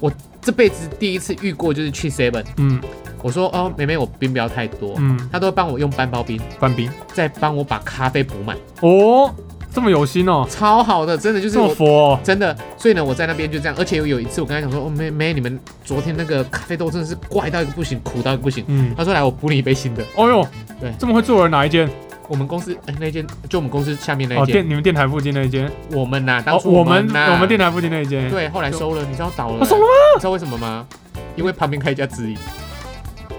Speaker 2: 我这辈子第一次遇过就是去 Seven，
Speaker 1: 嗯
Speaker 2: 我说哦妹妹我冰不要太多，
Speaker 1: 嗯，
Speaker 2: 她都会帮我用半包冰，
Speaker 1: 半冰。
Speaker 2: 再帮我把咖啡补满，
Speaker 1: 哦，这么有心哦，
Speaker 2: 超好的，真的就是
Speaker 1: 这
Speaker 2: 我
Speaker 1: 么佛哦，
Speaker 2: 真的，所以呢，我在那边就这样，而且有一次我跟他讲说，哦，妹妹，你们昨天那个咖啡豆真的是怪到一个不行，苦到一个不行。
Speaker 1: 嗯，
Speaker 2: 他说来，我补你一杯新的。
Speaker 1: 哦呦，
Speaker 2: 对
Speaker 1: 这么会做人哪一间？
Speaker 2: 我们公司哎、那间就我们公司下面那
Speaker 1: 哦，
Speaker 2: 间，
Speaker 1: 电你们电台附近那一间，
Speaker 2: 我们呐、当
Speaker 1: 哦，
Speaker 2: 初
Speaker 1: 我
Speaker 2: 们
Speaker 1: 们
Speaker 2: 呐、
Speaker 1: 我们电台附近那一间，
Speaker 2: 啊
Speaker 1: 啊
Speaker 2: 对，后来收了，你知道倒了、
Speaker 1: 我哦收了
Speaker 2: 你知道为什么吗？因为旁边开一家直营，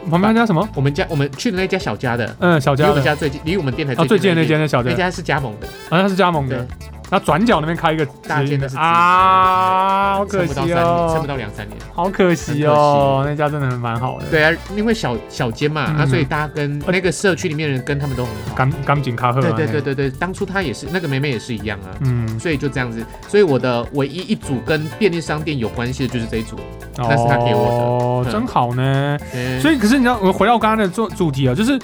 Speaker 1: 旁边那家什么？
Speaker 2: 我们家我们去的那家小家的，
Speaker 1: 嗯，小
Speaker 2: 离
Speaker 1: 家
Speaker 2: 我们
Speaker 1: 的，
Speaker 2: 家最近，离我们电台
Speaker 1: 哦，最近的
Speaker 2: 那
Speaker 1: 那间，的小家
Speaker 2: 那
Speaker 1: 的，
Speaker 2: 家是加盟的，
Speaker 1: 啊，它是加盟
Speaker 2: 对
Speaker 1: 的，，那转角那边开一个
Speaker 2: 大间的是直营
Speaker 1: 啊，好可
Speaker 2: 撑不到
Speaker 1: 惜
Speaker 2: 三年，撑
Speaker 1: 哦
Speaker 2: 不，到两三年。
Speaker 1: 好可惜哦，那家真的很蛮好的。
Speaker 2: 对啊，因为小小间嘛，啊，
Speaker 1: 嗯
Speaker 2: 所以大家跟
Speaker 1: 而
Speaker 2: 那个社区里面的人跟他们都很好。
Speaker 1: 赶赶紧卡赫、啊，
Speaker 2: 对对对，对对，当初她也是那个妹妹也是一样啊，
Speaker 1: 嗯，
Speaker 2: 所以就这样子。所以我的唯一一组跟便利商店有关系的就是这一组。那是他给我
Speaker 1: 哦
Speaker 2: 的嗯
Speaker 1: 真好呢。
Speaker 2: 嗯、
Speaker 1: 所
Speaker 2: 以
Speaker 1: 以，可是你知道，我回到我刚刚的主主题啊，就是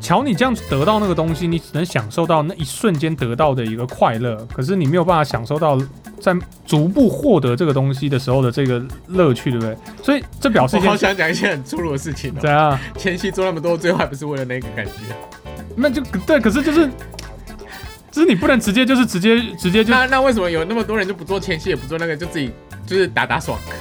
Speaker 1: 瞧你这样得到那个东西，你只能享受到那一瞬间得到的一个快乐，可是你没有办法享受到在逐步获得这个东西的时候的这个乐趣，对不对？所以这表示一
Speaker 2: 我好
Speaker 1: 件
Speaker 2: 想讲一些很粗鲁的事情哦、
Speaker 1: 怎样？
Speaker 2: 前期做那么多，最后还不是为了那个感觉？
Speaker 1: 那就对，可是就是。就是你不能直接就是直接直接就
Speaker 2: 那那为什么有那么多人就不做前期，也不做那个，就自己就是打打爽？啊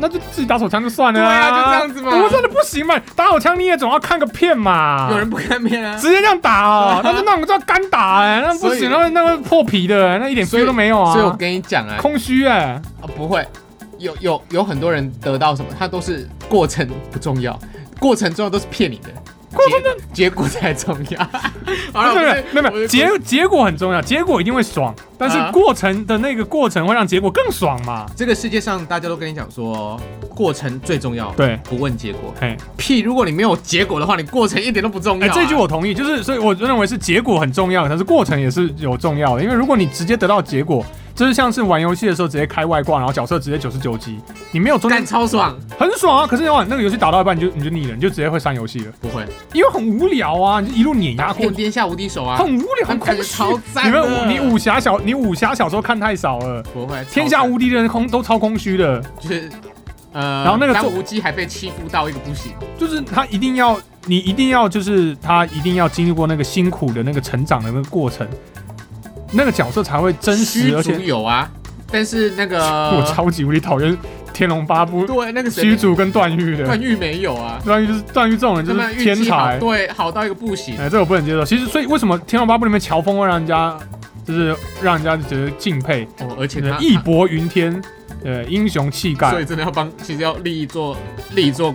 Speaker 1: 那就自己打手枪就算了、
Speaker 2: 对啊就这样子嘛
Speaker 1: 我真的不行嘛，打手枪你也总要看个片嘛。
Speaker 2: 有人不看片啊？
Speaker 1: 直接这样打 哦、
Speaker 2: 对啊
Speaker 1: 那就那种叫干打哎、那不
Speaker 2: 所以
Speaker 1: 行，那那个破皮的、那一点
Speaker 2: 所以
Speaker 1: feel 都没有
Speaker 2: 所以我
Speaker 1: 啊，
Speaker 2: 跟你讲啊，
Speaker 1: 空虚哎、
Speaker 2: 啊不会，有有有很多人得到什么，他都是过程不重要，过程重要都是骗你的。结结果才重 要。好了，
Speaker 1: 没有没有没有
Speaker 2: 不
Speaker 1: 没
Speaker 2: 是
Speaker 1: 有，结结果很重要，结果一定会爽，但是
Speaker 2: 啊
Speaker 1: 过程的那个过程会让结果更爽嘛？
Speaker 2: 这个世界上大家都跟你讲说，过程最重要，
Speaker 1: 对
Speaker 2: 不问结果。
Speaker 1: 嘿，
Speaker 2: 屁！如果你没有结果的话，你过程一点都不重
Speaker 1: 哎、
Speaker 2: 要啊、
Speaker 1: 这句我同意，就是所以我认为是结果很重要，但是过程也是有重要的，因为如果你直接得到结果，就是像是玩游戏的时候直接开外挂，然后角色直接九十九级，你没有中间
Speaker 2: 干超爽，
Speaker 1: 很爽啊，可是你往那个游戏打到一半你就你就腻了，你就直接会删游戏了，
Speaker 2: 不会。
Speaker 1: 因为很无聊啊，你就一路碾压过
Speaker 2: 天
Speaker 1: 去，
Speaker 2: 天下无敌手啊，
Speaker 1: 很无聊，很空
Speaker 2: 感觉
Speaker 1: 虚。
Speaker 2: 超赞
Speaker 1: 你
Speaker 2: 的。
Speaker 1: 们你武侠小你武侠小说看太少了，
Speaker 2: 不会，
Speaker 1: 天下无敌的人空都超空虚的，
Speaker 2: 超赞就是呃，
Speaker 1: 然后那个
Speaker 2: 张
Speaker 1: 做
Speaker 2: 无忌还被欺负到一个不行，
Speaker 1: 就是他一定要你一定要就是他一定要经历过那个辛苦的那个成长的那个过程，那个角色才会真
Speaker 2: 虚
Speaker 1: 实，而
Speaker 2: 竹
Speaker 1: 且
Speaker 2: 有啊，但是那个
Speaker 1: 我超级无敌讨厌《天龙八部》
Speaker 2: 对那个谁
Speaker 1: 虚竹跟段誉的
Speaker 2: 段，誉没有啊，
Speaker 1: 段誉就是段誉这种人就
Speaker 2: 他们
Speaker 1: 是
Speaker 2: 运
Speaker 1: 天
Speaker 2: 气好
Speaker 1: 才，
Speaker 2: 对，好到一个不行。
Speaker 1: 哎，这我不能接受。其实，所以为什么《天龙八部》里面乔峰会让人家就是让人家觉得敬佩，
Speaker 2: 哦，而且
Speaker 1: 对
Speaker 2: 他
Speaker 1: 义薄云天，呃，英雄气
Speaker 2: 他所
Speaker 1: 概
Speaker 2: 以真的要帮，其实要立一座立一座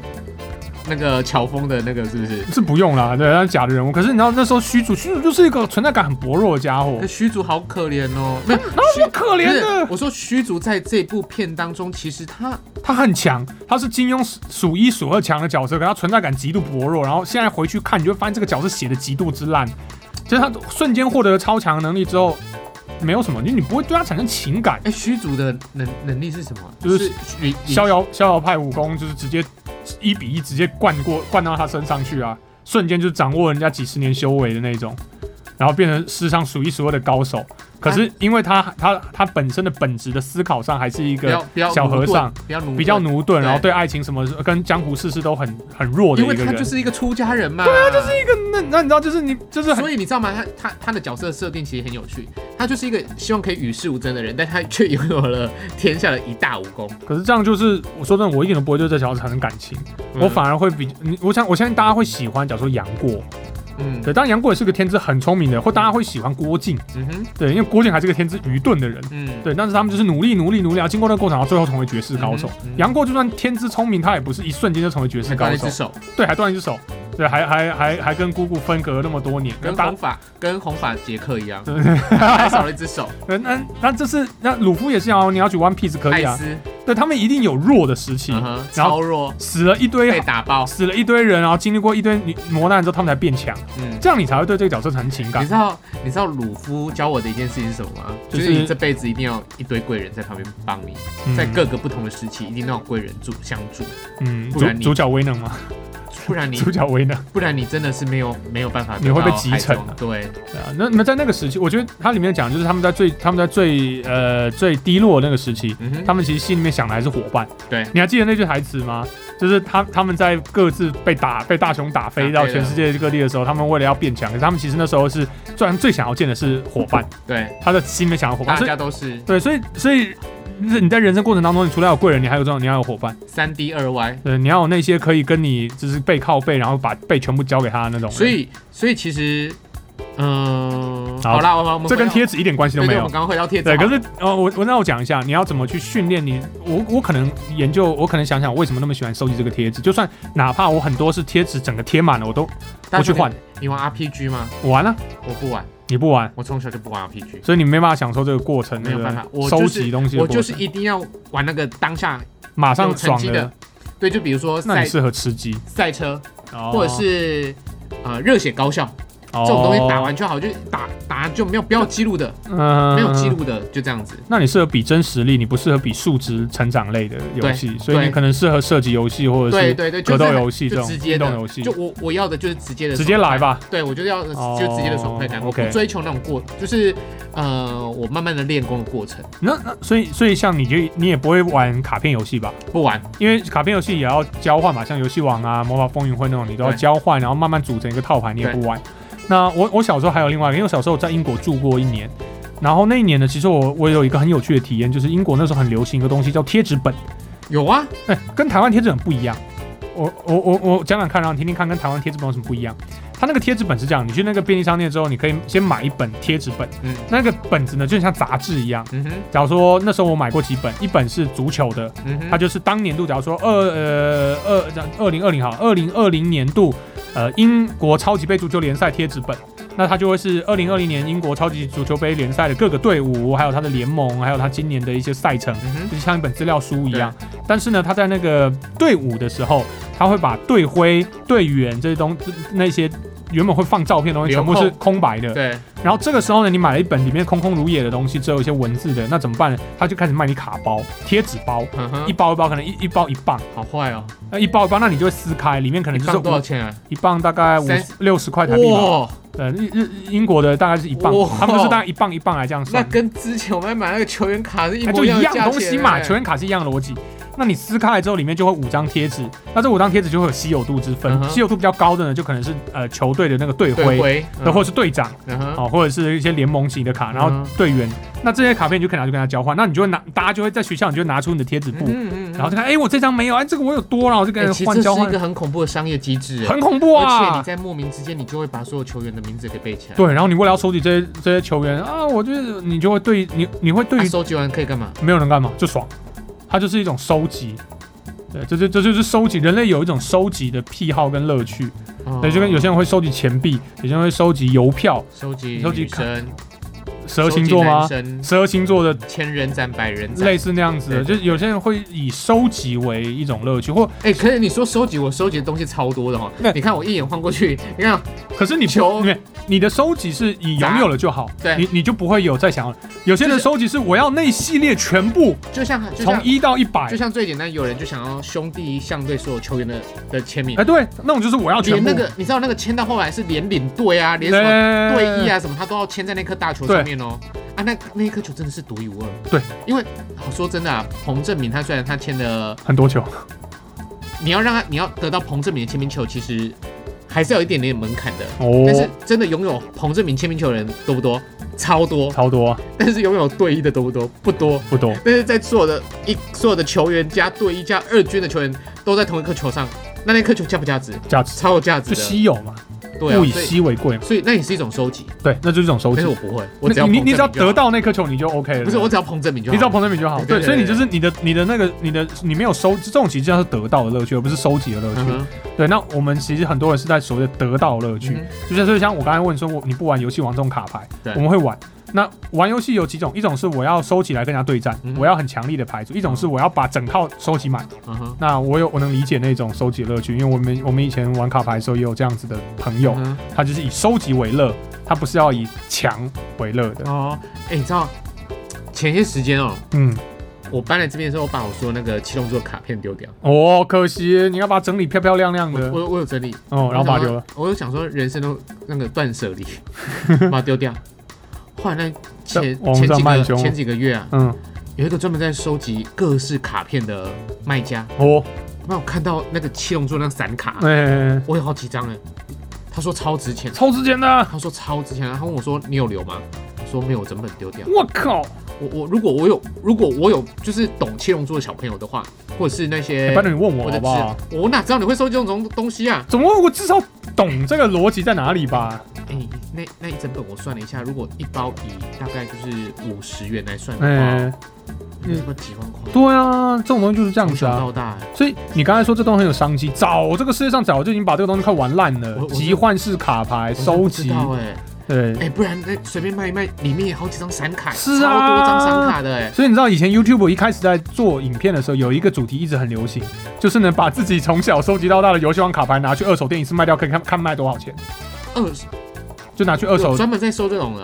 Speaker 2: 那个乔峰的那个是不是？
Speaker 1: 是不用啦，对，那是假的人物。可是你知道那时候虚竹，虚竹就是一个存在感很薄弱的家伙
Speaker 2: 那，虚竹好可怜 哦，没有
Speaker 1: 那么可
Speaker 2: 不
Speaker 1: 怜
Speaker 2: 是
Speaker 1: 的，
Speaker 2: 我说虚竹在这部片当中，其实他
Speaker 1: 他很强，他是金庸数数一数二强的角色，可他存在感极度薄弱。然后现在回去看，你就会发现这个角色写的极度之烂，就是他瞬间获得了超强的能力之后，没有什么，你你不会对他产生情感。
Speaker 2: 哎，虚竹的能能力是什么？
Speaker 1: 就是
Speaker 2: 你
Speaker 1: 逍遥逍遥派武功就是直接一比一直接灌过灌到他身上去啊，瞬间就掌握人家几十年修为的那种，然后变成世上数一数二的高手。可是因为他他他本身的本质的思考上还是一
Speaker 2: 不要
Speaker 1: 个
Speaker 2: 不要
Speaker 1: 小和尚
Speaker 2: 奴钝，不要奴
Speaker 1: 比较
Speaker 2: 钝，
Speaker 1: 奴钝，
Speaker 2: 对
Speaker 1: 然后对爱情什么跟江湖世事都很很弱的
Speaker 2: 因
Speaker 1: 一
Speaker 2: 为
Speaker 1: 个
Speaker 2: 他
Speaker 1: 人。
Speaker 2: 就是一个出家人嘛。对啊，就是一
Speaker 1: 那个那那你知道就是你就是很
Speaker 2: 所以你知道吗？他他他的角色设定其实很有趣，他就是一个希望可以与世无争的人，但他却拥有了 天下的一大武功。
Speaker 1: 可是这样就是我说真的，我一点都不会对这角色产生感情，我反而会比你我想我相信大家会喜欢，假如说杨过。
Speaker 2: 嗯
Speaker 1: 对，当然杨过也是个天资很聪明的人，或大家会喜欢郭靖，
Speaker 2: 嗯哼
Speaker 1: 对，因为郭靖还是个天资愚钝的人，
Speaker 2: 嗯，
Speaker 1: 对，但是他们就是努力努力努力，然后啊经过那个过程，然后最后成为绝世高手
Speaker 2: 嗯哼嗯。
Speaker 1: 杨过就算天资聪明，他也不是一瞬间就成为绝世
Speaker 2: 还
Speaker 1: 高
Speaker 2: 断了一
Speaker 1: 手
Speaker 2: 只，手，
Speaker 1: 对，还断了一只手，对，还还还还跟姑姑分隔那么多年，
Speaker 2: 跟
Speaker 1: 打
Speaker 2: 红发跟红发杰克一样，
Speaker 1: 对对
Speaker 2: 还少了一只手。
Speaker 1: 对那那这是那鲁夫也是啊，你要举 One Piece 可以
Speaker 2: 艾
Speaker 1: 啊，
Speaker 2: 斯，
Speaker 1: 对他们一定有弱的时期
Speaker 2: 嗯，哼，
Speaker 1: 然后哎
Speaker 2: 超弱，
Speaker 1: 死了一
Speaker 2: 被
Speaker 1: 堆
Speaker 2: 打爆。
Speaker 1: 死了一堆人，然后经历过一堆女磨难之后，他们才变强，
Speaker 2: 嗯，
Speaker 1: 这样你才会对这个角色产生情
Speaker 2: 你
Speaker 1: 感
Speaker 2: 知。道你知道鲁夫教我的一件事情是什么吗？
Speaker 1: 就
Speaker 2: 就是是你这辈子一定要一堆贵人在旁边帮你，在
Speaker 1: 嗯
Speaker 2: 各个不同的时期一定要有贵人助相助，
Speaker 1: 嗯，
Speaker 2: 不
Speaker 1: 主
Speaker 2: 然你
Speaker 1: 主角威能吗？
Speaker 2: 不然你
Speaker 1: 主角威能。
Speaker 2: 不然你真的是没有没有办法得到
Speaker 1: 你会被集成啊
Speaker 2: 海中对，
Speaker 1: 对啊，那那在那个时期，我觉得它里面讲就是他们在最他们在最呃最低落的那个时期，
Speaker 2: 嗯
Speaker 1: 他
Speaker 2: 哼，
Speaker 1: 们其实心里面想的还是伙伴。
Speaker 2: 对
Speaker 1: 你还记得那句台词吗？就是他他们在各自被打被大熊打飞到
Speaker 2: 打飞了
Speaker 1: 全世界各地的时候，他们为了要变强，可是他们其实那时候是虽然最想要见的是伙伴，
Speaker 2: 对，
Speaker 1: 他的心里面想要伙伴。
Speaker 2: 大
Speaker 1: 所以
Speaker 2: 家都是
Speaker 1: 对，所以所以你在人生过程当中，你除了有贵人，你还有这种你要有伙伴，
Speaker 2: 三 D 二 Y，
Speaker 1: 对，你要有那些可以跟你就是背靠背，然后把背全部交给他的那种人。
Speaker 2: 所以所以其实，嗯，
Speaker 1: 好
Speaker 2: 好啦，我们我们
Speaker 1: 这跟
Speaker 2: 回到
Speaker 1: 贴纸一点关系都
Speaker 2: 对
Speaker 1: 没
Speaker 2: 对，我
Speaker 1: 有
Speaker 2: 们。刚刚回到贴纸
Speaker 1: 对，
Speaker 2: 好了，
Speaker 1: 可是呃，我我那我讲一下，你要怎么去训练你？我我可能研究，我可能想想我为什么那么喜欢收集这个贴纸，就算哪怕我很多是贴纸整个贴满了，我都我
Speaker 2: 大家
Speaker 1: 去换，
Speaker 2: 你玩 RPG 吗？
Speaker 1: 我玩了，
Speaker 2: 我不玩，
Speaker 1: 你不玩，
Speaker 2: 我从小就不玩 RPG。
Speaker 1: 所以你没办法享受这个过程，
Speaker 2: 没有
Speaker 1: 对不对
Speaker 2: 办法我
Speaker 1: 收
Speaker 2: 就是
Speaker 1: 集东西的
Speaker 2: 我
Speaker 1: 过程，
Speaker 2: 就是一定要玩那个当下，
Speaker 1: 马上
Speaker 2: 有成
Speaker 1: 爽
Speaker 2: 绩的。对，就比如说
Speaker 1: 那
Speaker 2: 赛
Speaker 1: 你适合吃鸡，
Speaker 2: 赛车，
Speaker 1: 哦
Speaker 2: 或者是呃热血高校
Speaker 1: 这
Speaker 2: 这种东西打，完就好，就打打就没有不要记录的，
Speaker 1: 哦嗯
Speaker 2: 没有记。录的就这样子。
Speaker 1: 那你适合比真实力，你不适合比数值成长类的游戏，所以你
Speaker 2: 对
Speaker 1: 可能适合射击游戏或者
Speaker 2: 对
Speaker 1: 是
Speaker 2: 对对，就
Speaker 1: 格
Speaker 2: 是
Speaker 1: 斗游戏这
Speaker 2: 就
Speaker 1: 种
Speaker 2: 直接
Speaker 1: 运动
Speaker 2: 的
Speaker 1: 游戏
Speaker 2: 就，我我要的就是直接的，
Speaker 1: 直接来。吧。
Speaker 2: 对，我就是要的就直接的爽快感，
Speaker 1: 哦
Speaker 2: 我不
Speaker 1: OK
Speaker 2: 追求那种过，就是呃我慢慢的练功的过程，
Speaker 1: 那那所以所以像你就你也不会玩卡片游戏吧？
Speaker 2: 不玩。
Speaker 1: 因为卡片游戏也要交换嘛，像游戏王啊、魔法风云会那种，你都要
Speaker 2: 对
Speaker 1: 交换，然后慢慢组成一个套牌，你也不玩。那我我小时候还有另外一个，因为我小时候在英国住过一年，然后那一年呢，其实我我有一个很有趣的体验，就是英国那时候很流行一个东西叫贴纸本，
Speaker 2: 有啊，
Speaker 1: 哎、跟台湾贴纸本不一样。我我我我讲讲看，然后你听听看跟台湾贴纸本有什么不一样。它那个贴纸本是这样，你去那个便利商店之后，你可以先买一本贴纸本，
Speaker 2: 嗯
Speaker 1: 那个本子呢就像杂志一样。
Speaker 2: 嗯哼，
Speaker 1: 假如说那时候我买过几本，一本是足球的，
Speaker 2: 嗯哼，
Speaker 1: 它就是当年度，假如说二呃二二零二零好，二零二零年度呃英国超级杯足球联赛贴纸本。那它就会是二零二零年英国超级足球杯联赛的各个队伍，还有它的联盟，还有它今年的一些赛程，
Speaker 2: 嗯哼，
Speaker 1: 就像一本资料书一样。但是呢，他在那个队伍的时候，他会把队徽、队员这些东那些原本会放照片的东西
Speaker 2: 留
Speaker 1: 全
Speaker 2: 空
Speaker 1: 部是空白的。
Speaker 2: 对，
Speaker 1: 然后这个时候呢，你买了一本里面空空如也的东西，只有一些文字的，那怎么办呢？他就开始卖你卡包、贴纸包，
Speaker 2: 嗯
Speaker 1: 一
Speaker 2: 哼，
Speaker 1: 包一包，可能一一包一磅，
Speaker 2: 好坏哦，
Speaker 1: 那一包一包，那你就会撕开，里面可能
Speaker 2: 你
Speaker 1: 就是
Speaker 2: 放多少
Speaker 1: 五
Speaker 2: 钱啊？
Speaker 1: 一磅大概五
Speaker 2: 三十
Speaker 1: 六十块台币吧。
Speaker 2: 哇，
Speaker 1: 呃，日日英国的大概是一磅
Speaker 2: 哇，
Speaker 1: 他们就是大概一磅一磅来这样
Speaker 2: 那
Speaker 1: 算，
Speaker 2: 跟之前我们买那个球员卡是一
Speaker 1: 它
Speaker 2: 模
Speaker 1: 就一
Speaker 2: 样的
Speaker 1: 样
Speaker 2: 价
Speaker 1: 东
Speaker 2: 钱
Speaker 1: 西嘛，
Speaker 2: 欸
Speaker 1: 球员卡是一样的逻辑。那你撕开来之后，里面就会五张贴纸，那这五张贴纸就会有稀有度之分
Speaker 2: 嗯，哼
Speaker 1: 稀有度比较高的呢，就可能是呃球队的那个队
Speaker 2: 对
Speaker 1: 徽，呃
Speaker 2: 回，
Speaker 1: 那或者是队长
Speaker 2: 嗯哼，
Speaker 1: 哦，或者是一些联盟型的卡，然
Speaker 2: 嗯
Speaker 1: 后队员，那这些卡片你就可以拿去跟他交换，那你就会拿，大家就会在学校你就会拿出你的贴纸布，
Speaker 2: 嗯
Speaker 1: 然后就看，哎，我这张没有，哎，这个我有多，然后我就跟
Speaker 2: 欸
Speaker 1: 人
Speaker 2: 其
Speaker 1: 换
Speaker 2: 实这
Speaker 1: 交
Speaker 2: 是一
Speaker 1: 换
Speaker 2: 个，很恐怖的商业机制欸，
Speaker 1: 很恐怖
Speaker 2: 而且
Speaker 1: 啊
Speaker 2: 你。在莫名之间，你就会把所有球员的名字给背起来。
Speaker 1: 对，然后你为了要收集这些这些球员啊，我就是你就会对你你会对
Speaker 2: 啊，
Speaker 1: 于
Speaker 2: 收集完可以干嘛？
Speaker 1: 没有人干嘛就爽，它就是一种收集。对，这就这就是收集，人类有一种收集的癖好跟乐趣。
Speaker 2: 哦
Speaker 1: 对，就跟有些人会收集钱币，有些人会收集邮票。
Speaker 2: 收集
Speaker 1: 收集
Speaker 2: 女生，
Speaker 1: 十二星座吗
Speaker 2: 收？集男生
Speaker 1: 十二星座 的
Speaker 2: 千人斩、百人斩。
Speaker 1: 类似那样子的，
Speaker 2: 对
Speaker 1: 就是有些人会以收集为一种乐趣，或
Speaker 2: 哎、可是你说收集，我收集的东西超多的哦
Speaker 1: 那。
Speaker 2: 你看我一眼晃过去，你看
Speaker 1: 可是你
Speaker 2: 球
Speaker 1: 不，你你的收集是你拥有了就好，
Speaker 2: 对
Speaker 1: 你你就不会有再想要。有些人
Speaker 2: 就是
Speaker 1: 收集是我要那一系列全部，
Speaker 2: 就像就
Speaker 1: 从
Speaker 2: 像
Speaker 1: 一到一百
Speaker 2: 就。像最简单，有人就想要兄弟相对所有球员的的签名
Speaker 1: 哎，，对，那种就是我要全
Speaker 2: 连
Speaker 1: 部。
Speaker 2: 那个你知道那个签到后来是连领队啊，连什么
Speaker 1: 对
Speaker 2: 队医啊什么，他都要签在那颗大球上面哦。啊，那那一颗球真的是独一无二。
Speaker 1: 对，
Speaker 2: 因为好说真的啊，彭正明他虽然他签的，
Speaker 1: 很多球，
Speaker 2: 你要让他你要得到彭正明的签名球，其实还是要有一点点门槛的。
Speaker 1: 哦
Speaker 2: 但是真的拥有彭正明签名球的人多不多？超多。
Speaker 1: 超多
Speaker 2: 但是拥有队医的多不多？不多。
Speaker 1: 不多。
Speaker 2: 但是在所有的一所有的球员加队医加二军的球员都在同一颗球上，那那颗球价不价值？
Speaker 1: 价值
Speaker 2: 超有价值
Speaker 1: 就
Speaker 2: 的。
Speaker 1: 稀有嘛，
Speaker 2: 对啊，
Speaker 1: 物以
Speaker 2: 所以
Speaker 1: 稀为贵嘛，
Speaker 2: 所以那也是一种收集，
Speaker 1: 对，那就是一种收
Speaker 2: 但
Speaker 1: 集
Speaker 2: 是。我不会，我只
Speaker 1: 那
Speaker 2: 要
Speaker 1: 你
Speaker 2: 彭
Speaker 1: 你只要
Speaker 2: 正明就好
Speaker 1: 得，到那颗球，你就 OK 了。
Speaker 2: 不是我，只要彭正明就好。
Speaker 1: 你只要彭正明就好。
Speaker 2: 对对
Speaker 1: 对，
Speaker 2: 对
Speaker 1: 所以你就是你的你的那个你的你没有收这种，其实就是得到的乐趣，而不是收集的乐
Speaker 2: 嗯
Speaker 1: 趣。
Speaker 2: 哼
Speaker 1: 对，那我们其实很多人是在所谓的得到乐趣，就是所以像我刚才问说，我你不玩游戏王这种卡牌
Speaker 2: 对，
Speaker 1: 我们会玩。那玩游戏有几种，一种是我要收集来跟人家对战
Speaker 2: 嗯，
Speaker 1: 我要很强力的牌组；一种是我要把整套收集满。
Speaker 2: 嗯哼，
Speaker 1: 那我有我能理解那种收集的乐趣，因为我们我们以前玩卡牌的时候也有这样子的朋友，
Speaker 2: 嗯
Speaker 1: 他就是以收集为乐，他不是要以强为乐
Speaker 2: 哼
Speaker 1: 的。
Speaker 2: 哦，哎，你知道前些时间哦，
Speaker 1: 嗯，
Speaker 2: 我搬来这边的时候，我把我说那个七龙珠的卡片丢掉，
Speaker 1: 哦，可惜你要把它整理漂漂亮亮
Speaker 2: 我
Speaker 1: 的，
Speaker 2: 我我有整理，
Speaker 1: 哦，然后把它丢了。
Speaker 2: 我就想说，人生都那个断舍 离，把它丢掉。后来那前
Speaker 1: 网
Speaker 2: 前
Speaker 1: 上
Speaker 2: 几
Speaker 1: 卖
Speaker 2: 个
Speaker 1: 凶
Speaker 2: 前几个月啊，
Speaker 1: 嗯，
Speaker 2: 有一个专门在收集各式卡片的卖家，
Speaker 1: 哦，
Speaker 2: 那我看到那个七龙珠那个散卡，啊
Speaker 1: 哎、
Speaker 2: 我有好几张哎，他说超值钱，啊
Speaker 1: 超值钱的，
Speaker 2: 他说超值钱，啊他问我说你有留吗？我说没有，我整本丢掉。
Speaker 1: 我靠！
Speaker 2: 我我如果我有如果我有就是懂七龙珠的小朋友的话，或者是那些
Speaker 1: 哎班长，你问我
Speaker 2: 我
Speaker 1: 好
Speaker 2: 的
Speaker 1: 不好？
Speaker 2: 知我哪知道你会收集这种东西啊？
Speaker 1: 怎么我至少懂这个逻辑在哪里吧？
Speaker 2: 哎、那那一整本我算了一下，如果一包以大概就是五十元来算的
Speaker 1: 哎、
Speaker 2: 话，
Speaker 1: 嗯
Speaker 2: 那他妈几万块，
Speaker 1: 对啊，这种东西就是这样
Speaker 2: 从
Speaker 1: 子
Speaker 2: 小
Speaker 1: 啊。
Speaker 2: 到大、哎
Speaker 1: 所以你刚才说这东西很有商机，早这个世界上早就已经把这个东西快玩烂
Speaker 2: 我
Speaker 1: 了，
Speaker 2: 我
Speaker 1: 集换式卡牌
Speaker 2: 我真
Speaker 1: 收
Speaker 2: 不知
Speaker 1: 集，
Speaker 2: 道哎、
Speaker 1: 对
Speaker 2: 哎、，不然那随便卖一卖，里面有好几张闪卡，欸
Speaker 1: 是
Speaker 2: 超
Speaker 1: 啊
Speaker 2: 多张闪卡的哎、
Speaker 1: 所以你知道以前 YouTube 一开始在做影片的时候，有一个主题一直很流行，就是呢把自己从小收集到大的游戏王卡牌拿去二手店一次卖掉，可以看看卖多少钱，
Speaker 2: 二手
Speaker 1: 就拿去二
Speaker 2: 有
Speaker 1: 手。
Speaker 2: 专门在收这种的，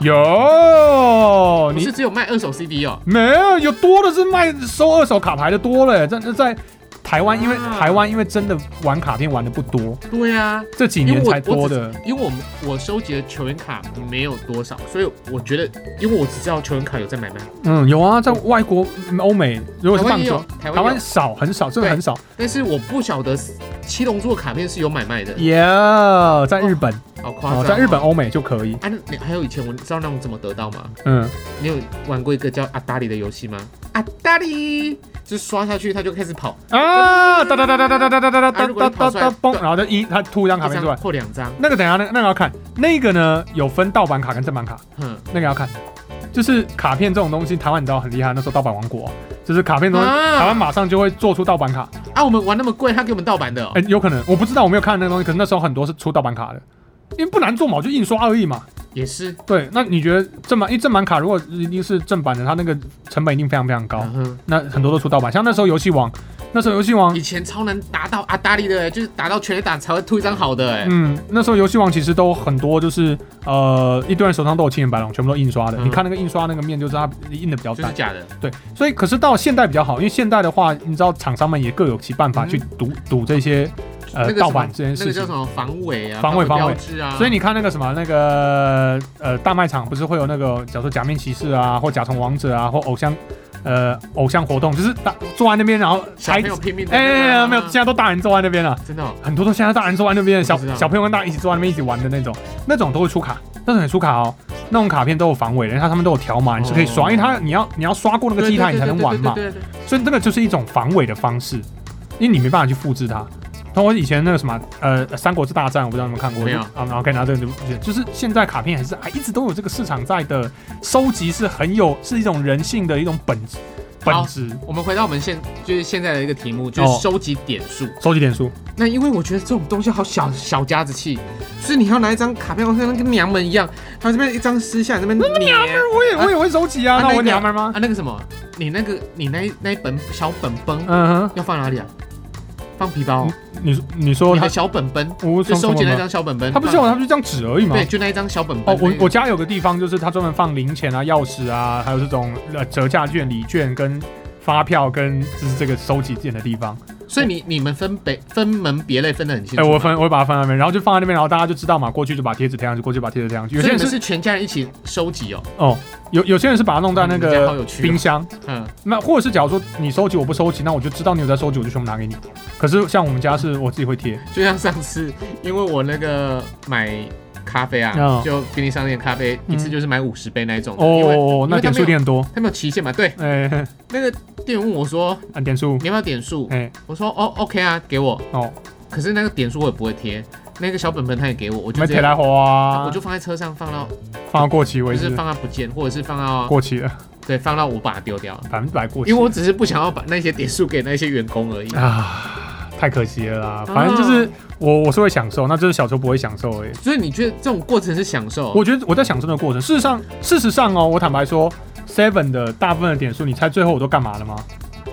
Speaker 1: 有
Speaker 2: 不
Speaker 1: 你
Speaker 2: 是只有卖二手 CD 哦、
Speaker 1: 没有有多的是卖收二手卡牌的多了，真的在台湾，因为
Speaker 2: 啊
Speaker 1: 台湾因为真的玩卡片玩的不多，
Speaker 2: 对啊，
Speaker 1: 这几
Speaker 2: 因
Speaker 1: 年
Speaker 2: 为我
Speaker 1: 才多的。
Speaker 2: 因为我们我收集的球员卡没有多少，所以我觉得，因为我只知道球员卡有在买卖，
Speaker 1: 嗯，有啊，在外国嗯欧美如果
Speaker 2: 台
Speaker 1: 是
Speaker 2: 湾
Speaker 1: 棒
Speaker 2: 也有
Speaker 1: 球，，
Speaker 2: 台
Speaker 1: 台
Speaker 2: 湾
Speaker 1: 湾
Speaker 2: 有，
Speaker 1: 少很少，真的
Speaker 2: 对
Speaker 1: 很少。
Speaker 2: 但是我不晓得七龙珠的卡片是有买卖的，
Speaker 1: Yeah，在日本
Speaker 2: 好夸张、
Speaker 1: 哦，在日本。欧美就可以。
Speaker 2: 啊，那你还有以前我知道那种怎么得到吗？
Speaker 1: 嗯，
Speaker 2: 你有玩过一个叫阿达里的游戏吗？阿达里就是刷下去它就开始跑，
Speaker 1: 啊，哒哒哒哒哒哒哒哒哒哒哒哒哒嘣，然后就一他吐一张卡
Speaker 2: 一
Speaker 1: 片出来
Speaker 2: 张。或两张，
Speaker 1: 那个等一下那那个要看，那个呢有分盗版卡跟正版卡，
Speaker 2: 哼，
Speaker 1: 那个要看。就是卡片这种东西，台湾你知道很厉害，那时候盗版王国，就是卡片东西，
Speaker 2: 啊
Speaker 1: 台湾马上就会做出盗版卡。
Speaker 2: 啊，我们玩那么贵，他给我们盗版的哦、
Speaker 1: 哎、有可能我不知道，我没有看那个东西，可是那时候很多是出盗版卡的，因为不难做嘛，我就印刷而已嘛。
Speaker 2: 也是。
Speaker 1: 对，那你觉得正版？因为正版卡如果一定是正版的，它那个成本一定非常非常高。
Speaker 2: 嗯哼，
Speaker 1: 那很多都出盗版，像那时候游戏王，那时候游戏王
Speaker 2: 以，前超难达到阿达利的、就是打到全垒打才会吐一张好的、哎、
Speaker 1: 嗯，那时候游戏王其实都很多，就是呃，一堆人手上都有青眼白龙，全部都印刷的。
Speaker 2: 嗯
Speaker 1: 你看那个印刷那个面，就知道它印的比较
Speaker 2: 就是
Speaker 1: 淡。
Speaker 2: 假的。
Speaker 1: 对，所以可是到现代比较好，因为现代的话，你知道厂商们也各有其办法
Speaker 2: 嗯
Speaker 1: 去赌赌这些呃
Speaker 2: 那个
Speaker 1: 盗
Speaker 2: 什
Speaker 1: 版
Speaker 2: 么
Speaker 1: 这件
Speaker 2: 那个
Speaker 1: 事
Speaker 2: 叫
Speaker 1: 情
Speaker 2: 什。么防伪啊，
Speaker 1: 防伪防
Speaker 2: 标
Speaker 1: 伪
Speaker 2: 志啊。
Speaker 1: 所以你看那个什么那个呃大卖场不是会有那个，假如说假面骑士啊，或甲虫王者啊，或偶像呃偶像活动，就是打坐在那边然后
Speaker 2: 小
Speaker 1: 孩
Speaker 2: 朋
Speaker 1: 子
Speaker 2: 友拼命的
Speaker 1: 哎、
Speaker 2: 那个啊
Speaker 1: 没有，现在都大人坐在那边了。
Speaker 2: 真的哦、
Speaker 1: 很多都现在大人坐在那边，
Speaker 2: 我
Speaker 1: 小
Speaker 2: 不知道
Speaker 1: 小朋友跟大人一起坐在那边一起玩的那种，那种都会出卡，那种也出卡哦。那种卡片都有防伪的，然后他们都有条码，你是可以刷，
Speaker 2: 哦
Speaker 1: 因为它你要你要刷过那个
Speaker 2: 对对
Speaker 1: 机台
Speaker 2: 对
Speaker 1: 你才能
Speaker 2: 对
Speaker 1: 玩
Speaker 2: 对
Speaker 1: 嘛，
Speaker 2: 对对对对
Speaker 1: 所以那个就是一种防伪的方式，因为你没办法去复制它。通过以前那个什么呃《三国志大战》，我不知道你们看过
Speaker 2: 没有
Speaker 1: 啊？OK，拿这个就就是现在卡片还是还一直都有这个市场在的，收集是很有是一种人性的一种本质本
Speaker 2: 好
Speaker 1: 质，
Speaker 2: 我们回到我们现就是现在的一个题目，就是
Speaker 1: 哦
Speaker 2: 收集点数。
Speaker 1: 收集点数。
Speaker 2: 那因为我觉得这种东西好小小家子气，所以你要拿一张卡片，像跟娘们一样，他这边一张撕下来，这边娘们
Speaker 1: 我也我也会收集啊，
Speaker 2: 啊
Speaker 1: 那
Speaker 2: 那
Speaker 1: 我
Speaker 2: 个
Speaker 1: 娘们儿吗？
Speaker 2: 啊，那个什么，你那个你那一那一本小本本
Speaker 1: 嗯哼，嗯
Speaker 2: 要放哪里啊？放皮包哦，
Speaker 1: 你你说
Speaker 2: 你
Speaker 1: 他
Speaker 2: 的小本本，
Speaker 1: 我
Speaker 2: 就收集那
Speaker 1: 了，
Speaker 2: 张小本本。
Speaker 1: 他不是
Speaker 2: 放
Speaker 1: 叫我，他不是这样纸而已吗？
Speaker 2: 对，就那一张小本本
Speaker 1: 哦，。我
Speaker 2: 那个
Speaker 1: 我家有个地方，就是他专门放零钱啊、钥匙啊，还有这种呃折价券、礼券跟发票跟就是这个收集件的地方。
Speaker 2: 所以你你们分别分门别类分得很清
Speaker 1: 哎、
Speaker 2: 楚吗。
Speaker 1: 我分我会把它放在那边，然后就放在那边，然后大家就知道嘛，过去就把贴纸贴上去，过去把贴纸贴上去。有些
Speaker 2: 所以
Speaker 1: 人
Speaker 2: 你们
Speaker 1: 是
Speaker 2: 是全家人一起收集哦。
Speaker 1: 哦，有有些人是把它弄在那
Speaker 2: 你们家好
Speaker 1: 个
Speaker 2: 有趣哦
Speaker 1: 冰箱，
Speaker 2: 嗯，
Speaker 1: 那或者是假如说你收集我不收集，那我就知道你有在收集，我就全部拿给你。可是像我们家是我自己会贴，
Speaker 2: 就像上次，因为我那个买咖啡啊
Speaker 1: 嗯，
Speaker 2: 就便利商店咖啡，
Speaker 1: 嗯
Speaker 2: 一次就是买五十杯那一种的。因为
Speaker 1: 哦，那
Speaker 2: 他
Speaker 1: 点
Speaker 2: 没
Speaker 1: 数
Speaker 2: 有
Speaker 1: 点多，
Speaker 2: 他没有期限嘛？对，
Speaker 1: 哎、
Speaker 2: 那个店员问我说
Speaker 1: 按点数，
Speaker 2: 你要不要点数？
Speaker 1: 哎、
Speaker 2: 我说哦，OK 啊，给我。
Speaker 1: 哦，
Speaker 2: 可是那个点数我也不会贴，那个小本本他也给我，我就
Speaker 1: 没
Speaker 2: 直
Speaker 1: 铁
Speaker 2: 接
Speaker 1: 来花，啊
Speaker 2: 我就放在车上，放到
Speaker 1: 放到过期
Speaker 2: 就
Speaker 1: 为
Speaker 2: 是
Speaker 1: 止，
Speaker 2: 放到不见，或者是放到
Speaker 1: 过期了，
Speaker 2: 对放到我把它丢掉，
Speaker 1: 百分之百过期。
Speaker 2: 因为我只是不想要把那些点数给那些员工而已。
Speaker 1: 啊，太可惜了啦。反正就是我我是会享受，那就是小时候不会享受而已。
Speaker 2: 所以你觉得这种过程是享受？
Speaker 1: 我觉得我在享受那个过程。事实上，事实上哦，我坦白说，Seven 的大部分的点数，你猜最后我都干嘛了吗？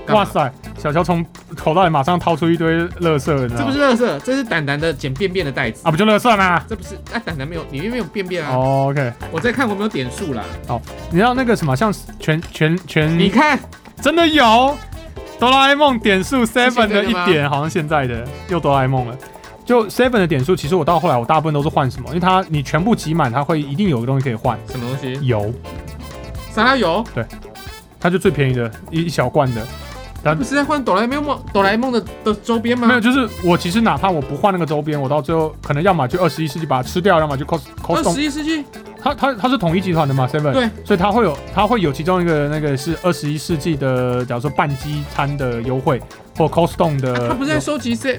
Speaker 2: 干嘛
Speaker 1: 哇塞，小乔从口袋里马上掏出一堆垃圾，你知
Speaker 2: 这
Speaker 1: 道
Speaker 2: 不
Speaker 1: 吗
Speaker 2: 是？乐色，这是蛋蛋的捡便便的袋子。
Speaker 1: 啊，不就垃圾吗、
Speaker 2: 这不是啊，蛋蛋没有，里面没有便便啊。
Speaker 1: o k
Speaker 2: 我在看我没有点数啦。
Speaker 1: 你知道那个什么，像全全全，
Speaker 2: 你看，
Speaker 1: 真的有哆啦 A 梦点数 Seven
Speaker 2: 现在
Speaker 1: 的
Speaker 2: 的
Speaker 1: 一
Speaker 2: 吗
Speaker 1: 点，好像现在的又哆啦 A 梦了。就 Seven 的点数，其实我到后来我大部分都是换什么，因为它你全部集满，它会一定有一个东西可以换
Speaker 2: 什么东西？
Speaker 1: 油，
Speaker 2: 沙拉油？
Speaker 1: 它就最便宜的一一小罐的。
Speaker 2: 不是在换哆啦 A 梦哆啦 A 梦的的周边吗？
Speaker 1: 没有，就是我其实哪怕我不换那个周边，我到最后可能要么就二十一世纪把它吃掉，要么就 cos
Speaker 2: 二
Speaker 1: cos
Speaker 2: 十一世纪
Speaker 1: 它它它是统一集团的嘛 Seven，
Speaker 2: 对，
Speaker 1: 所以它会有它会有其中一个那个是二十一世纪的，假如说半鸡餐的优惠或 cos t o n
Speaker 2: 啊
Speaker 1: 的，
Speaker 2: 他不是在收集这，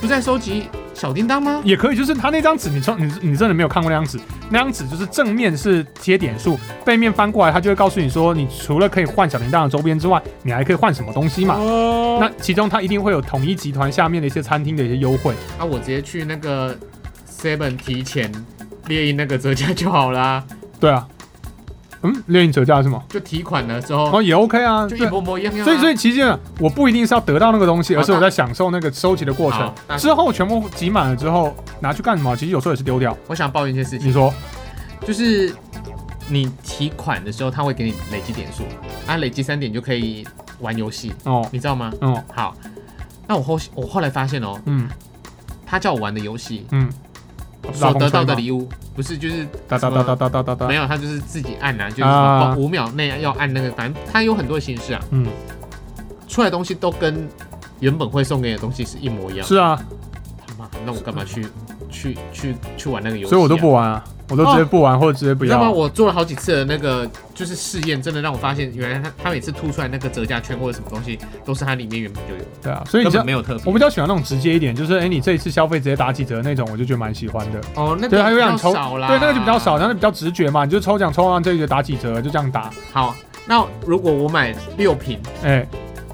Speaker 2: 不是在收集小叮当吗？
Speaker 1: 也可以，就是它那张纸，你从你你真的没有看过那张纸，那张纸就是正面是贴点数，背面翻过来，它就会告诉你说，你除了可以换小铃铛的周边之外，你还可以换什么东西嘛？
Speaker 2: 哦
Speaker 1: 那其中它一定会有统一集团下面的一些餐厅的一些优惠，
Speaker 2: 啊，我直接去那个 Seven 提前列印那个折价就好啦，
Speaker 1: 对啊，嗯，猎鹰折价是吗？
Speaker 2: 就提款了之后
Speaker 1: 哦，也 OK 啊，
Speaker 2: 就
Speaker 1: 对
Speaker 2: 一。模模一样样啊。
Speaker 1: 所以，所以其实呢我不一定是要得到那个东西，
Speaker 2: 好
Speaker 1: 而是我在享受那个收集的过程
Speaker 2: 好。那
Speaker 1: 之后全部集满了之后，拿去干什么？其实有时候也是丢掉。
Speaker 2: 我想抱怨一件事情
Speaker 1: 你，说，嗯
Speaker 2: 就是你提款的时候，他会给你累积点数，啊，累积三点就可以玩游戏，
Speaker 1: 哦，
Speaker 2: 你知道吗？
Speaker 1: 嗯，
Speaker 2: 好，那我后我后来发现哦，
Speaker 1: 嗯，
Speaker 2: 他叫我玩的游戏
Speaker 1: 嗯，
Speaker 2: 所得到的
Speaker 1: 礼，
Speaker 2: 礼物，不是就是
Speaker 1: 哒哒哒哒哒哒哒哒
Speaker 2: 没，有，他就是自己按啊，就是什
Speaker 1: 啊
Speaker 2: 么五秒内要按那个，反正他有很多形式啊，
Speaker 1: 嗯。
Speaker 2: 出来的东西都跟原本会送给你的东西是一模一样。
Speaker 1: 是啊，
Speaker 2: 他妈，那我干嘛去去去去玩那个游戏、
Speaker 1: 所以我都不。玩啊，我都直接不玩或者直接不
Speaker 2: 你知道吗？
Speaker 1: 要。
Speaker 2: 我做了好几次的那个就是试验，真的让我发现，原来他他每次吐出来那个折价券或者什么东西，都是它里面原本就有，
Speaker 1: 对啊，所以你
Speaker 2: 根
Speaker 1: 像
Speaker 2: 本没有特别。
Speaker 1: 我比较喜欢那种直接一点，就是哎、你这一次消费直接打几折那种，我就觉得蛮喜欢的。
Speaker 2: 哦，那
Speaker 1: 对，
Speaker 2: 个
Speaker 1: 还有
Speaker 2: 比
Speaker 1: 让
Speaker 2: 较
Speaker 1: 你抽，
Speaker 2: 少啦，
Speaker 1: 对，那个就比较少，。然后比较直觉嘛，你就抽奖抽完这个打几折就这样打。
Speaker 2: 好，那如果我买六瓶，
Speaker 1: 哎，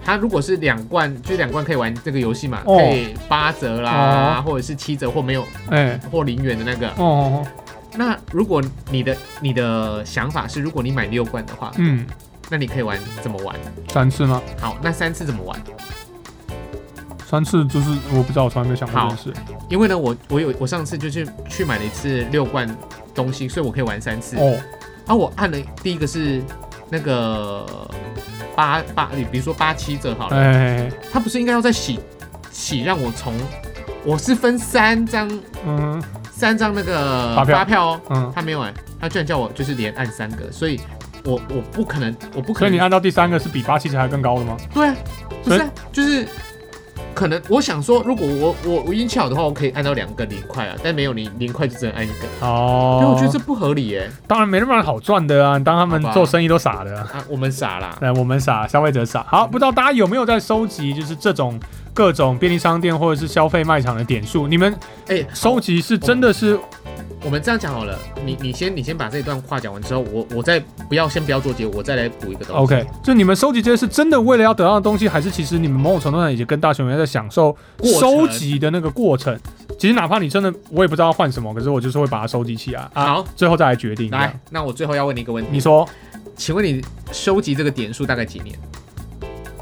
Speaker 2: 它如果是两罐，就两罐可以玩这个游戏嘛，
Speaker 1: 哦
Speaker 2: 可以八折啦，或者是七折或没有
Speaker 1: 哎，
Speaker 2: 或零元的那个。
Speaker 1: 哦哦，哦
Speaker 2: 那如果你的你的想法是，如果你买六罐的话，
Speaker 1: 嗯，
Speaker 2: 那你可以玩怎么玩？
Speaker 1: 三次吗？
Speaker 2: 好，那三次怎么玩？
Speaker 1: 三次就是我不知道，我从来没有想过这件事。
Speaker 2: 因为呢，我我有我上次就去去买了一次六罐东西，所以我可以玩三次。
Speaker 1: 哦，
Speaker 2: 啊，我按了第一个是那个八八，比如说八七折好了，
Speaker 1: 哎，
Speaker 2: 它不是应该要再洗洗让我从，我是分三张
Speaker 1: 嗯
Speaker 2: 三张那个
Speaker 1: 发票
Speaker 2: 发票哦，
Speaker 1: 嗯，
Speaker 2: 他没有哎、他居然叫我就是连按三个，所以我我不可能，我不可
Speaker 1: 所以
Speaker 2: 能，
Speaker 1: 你按到第三个是比八七折还更高的吗？
Speaker 2: 对啊，不
Speaker 1: 所以
Speaker 2: 是、啊、就是。可能我想说，如果我我我运气好的话，我可以按到两个零块啊，但没有你零块就只能按一个，
Speaker 1: 哦
Speaker 2: 因为，我觉得这不合理耶、
Speaker 1: 当然没那么好赚的啊，你当他们
Speaker 2: 好吧
Speaker 1: 做生意都傻的、啊。
Speaker 2: 啊，我们傻啦，
Speaker 1: 对，我们傻，消费者傻。好，不知道大家有没有在收集，就是这种各种便利商店或者是消费卖场的点数？你们
Speaker 2: 哎、
Speaker 1: 收集是真的是
Speaker 2: 我们这样讲好了，你你先你先把这一段话讲完之后，我我再不要先不要做结，我再来补一个东西。
Speaker 1: OK？就你们收集这些是真的为了要得到的东西，还是其实你们某种程度上已经跟大熊一样在享受
Speaker 2: 过程
Speaker 1: 收集的那个过程？其实哪怕你真的我也不知道换什么，可是我就是会把它收集起来啊，
Speaker 2: 好，
Speaker 1: 最后再来决定。这
Speaker 2: 来
Speaker 1: 样，，
Speaker 2: 那我最后要问你一个问
Speaker 1: 你
Speaker 2: 题，
Speaker 1: 说
Speaker 2: 请问你收集这个点数大概几年？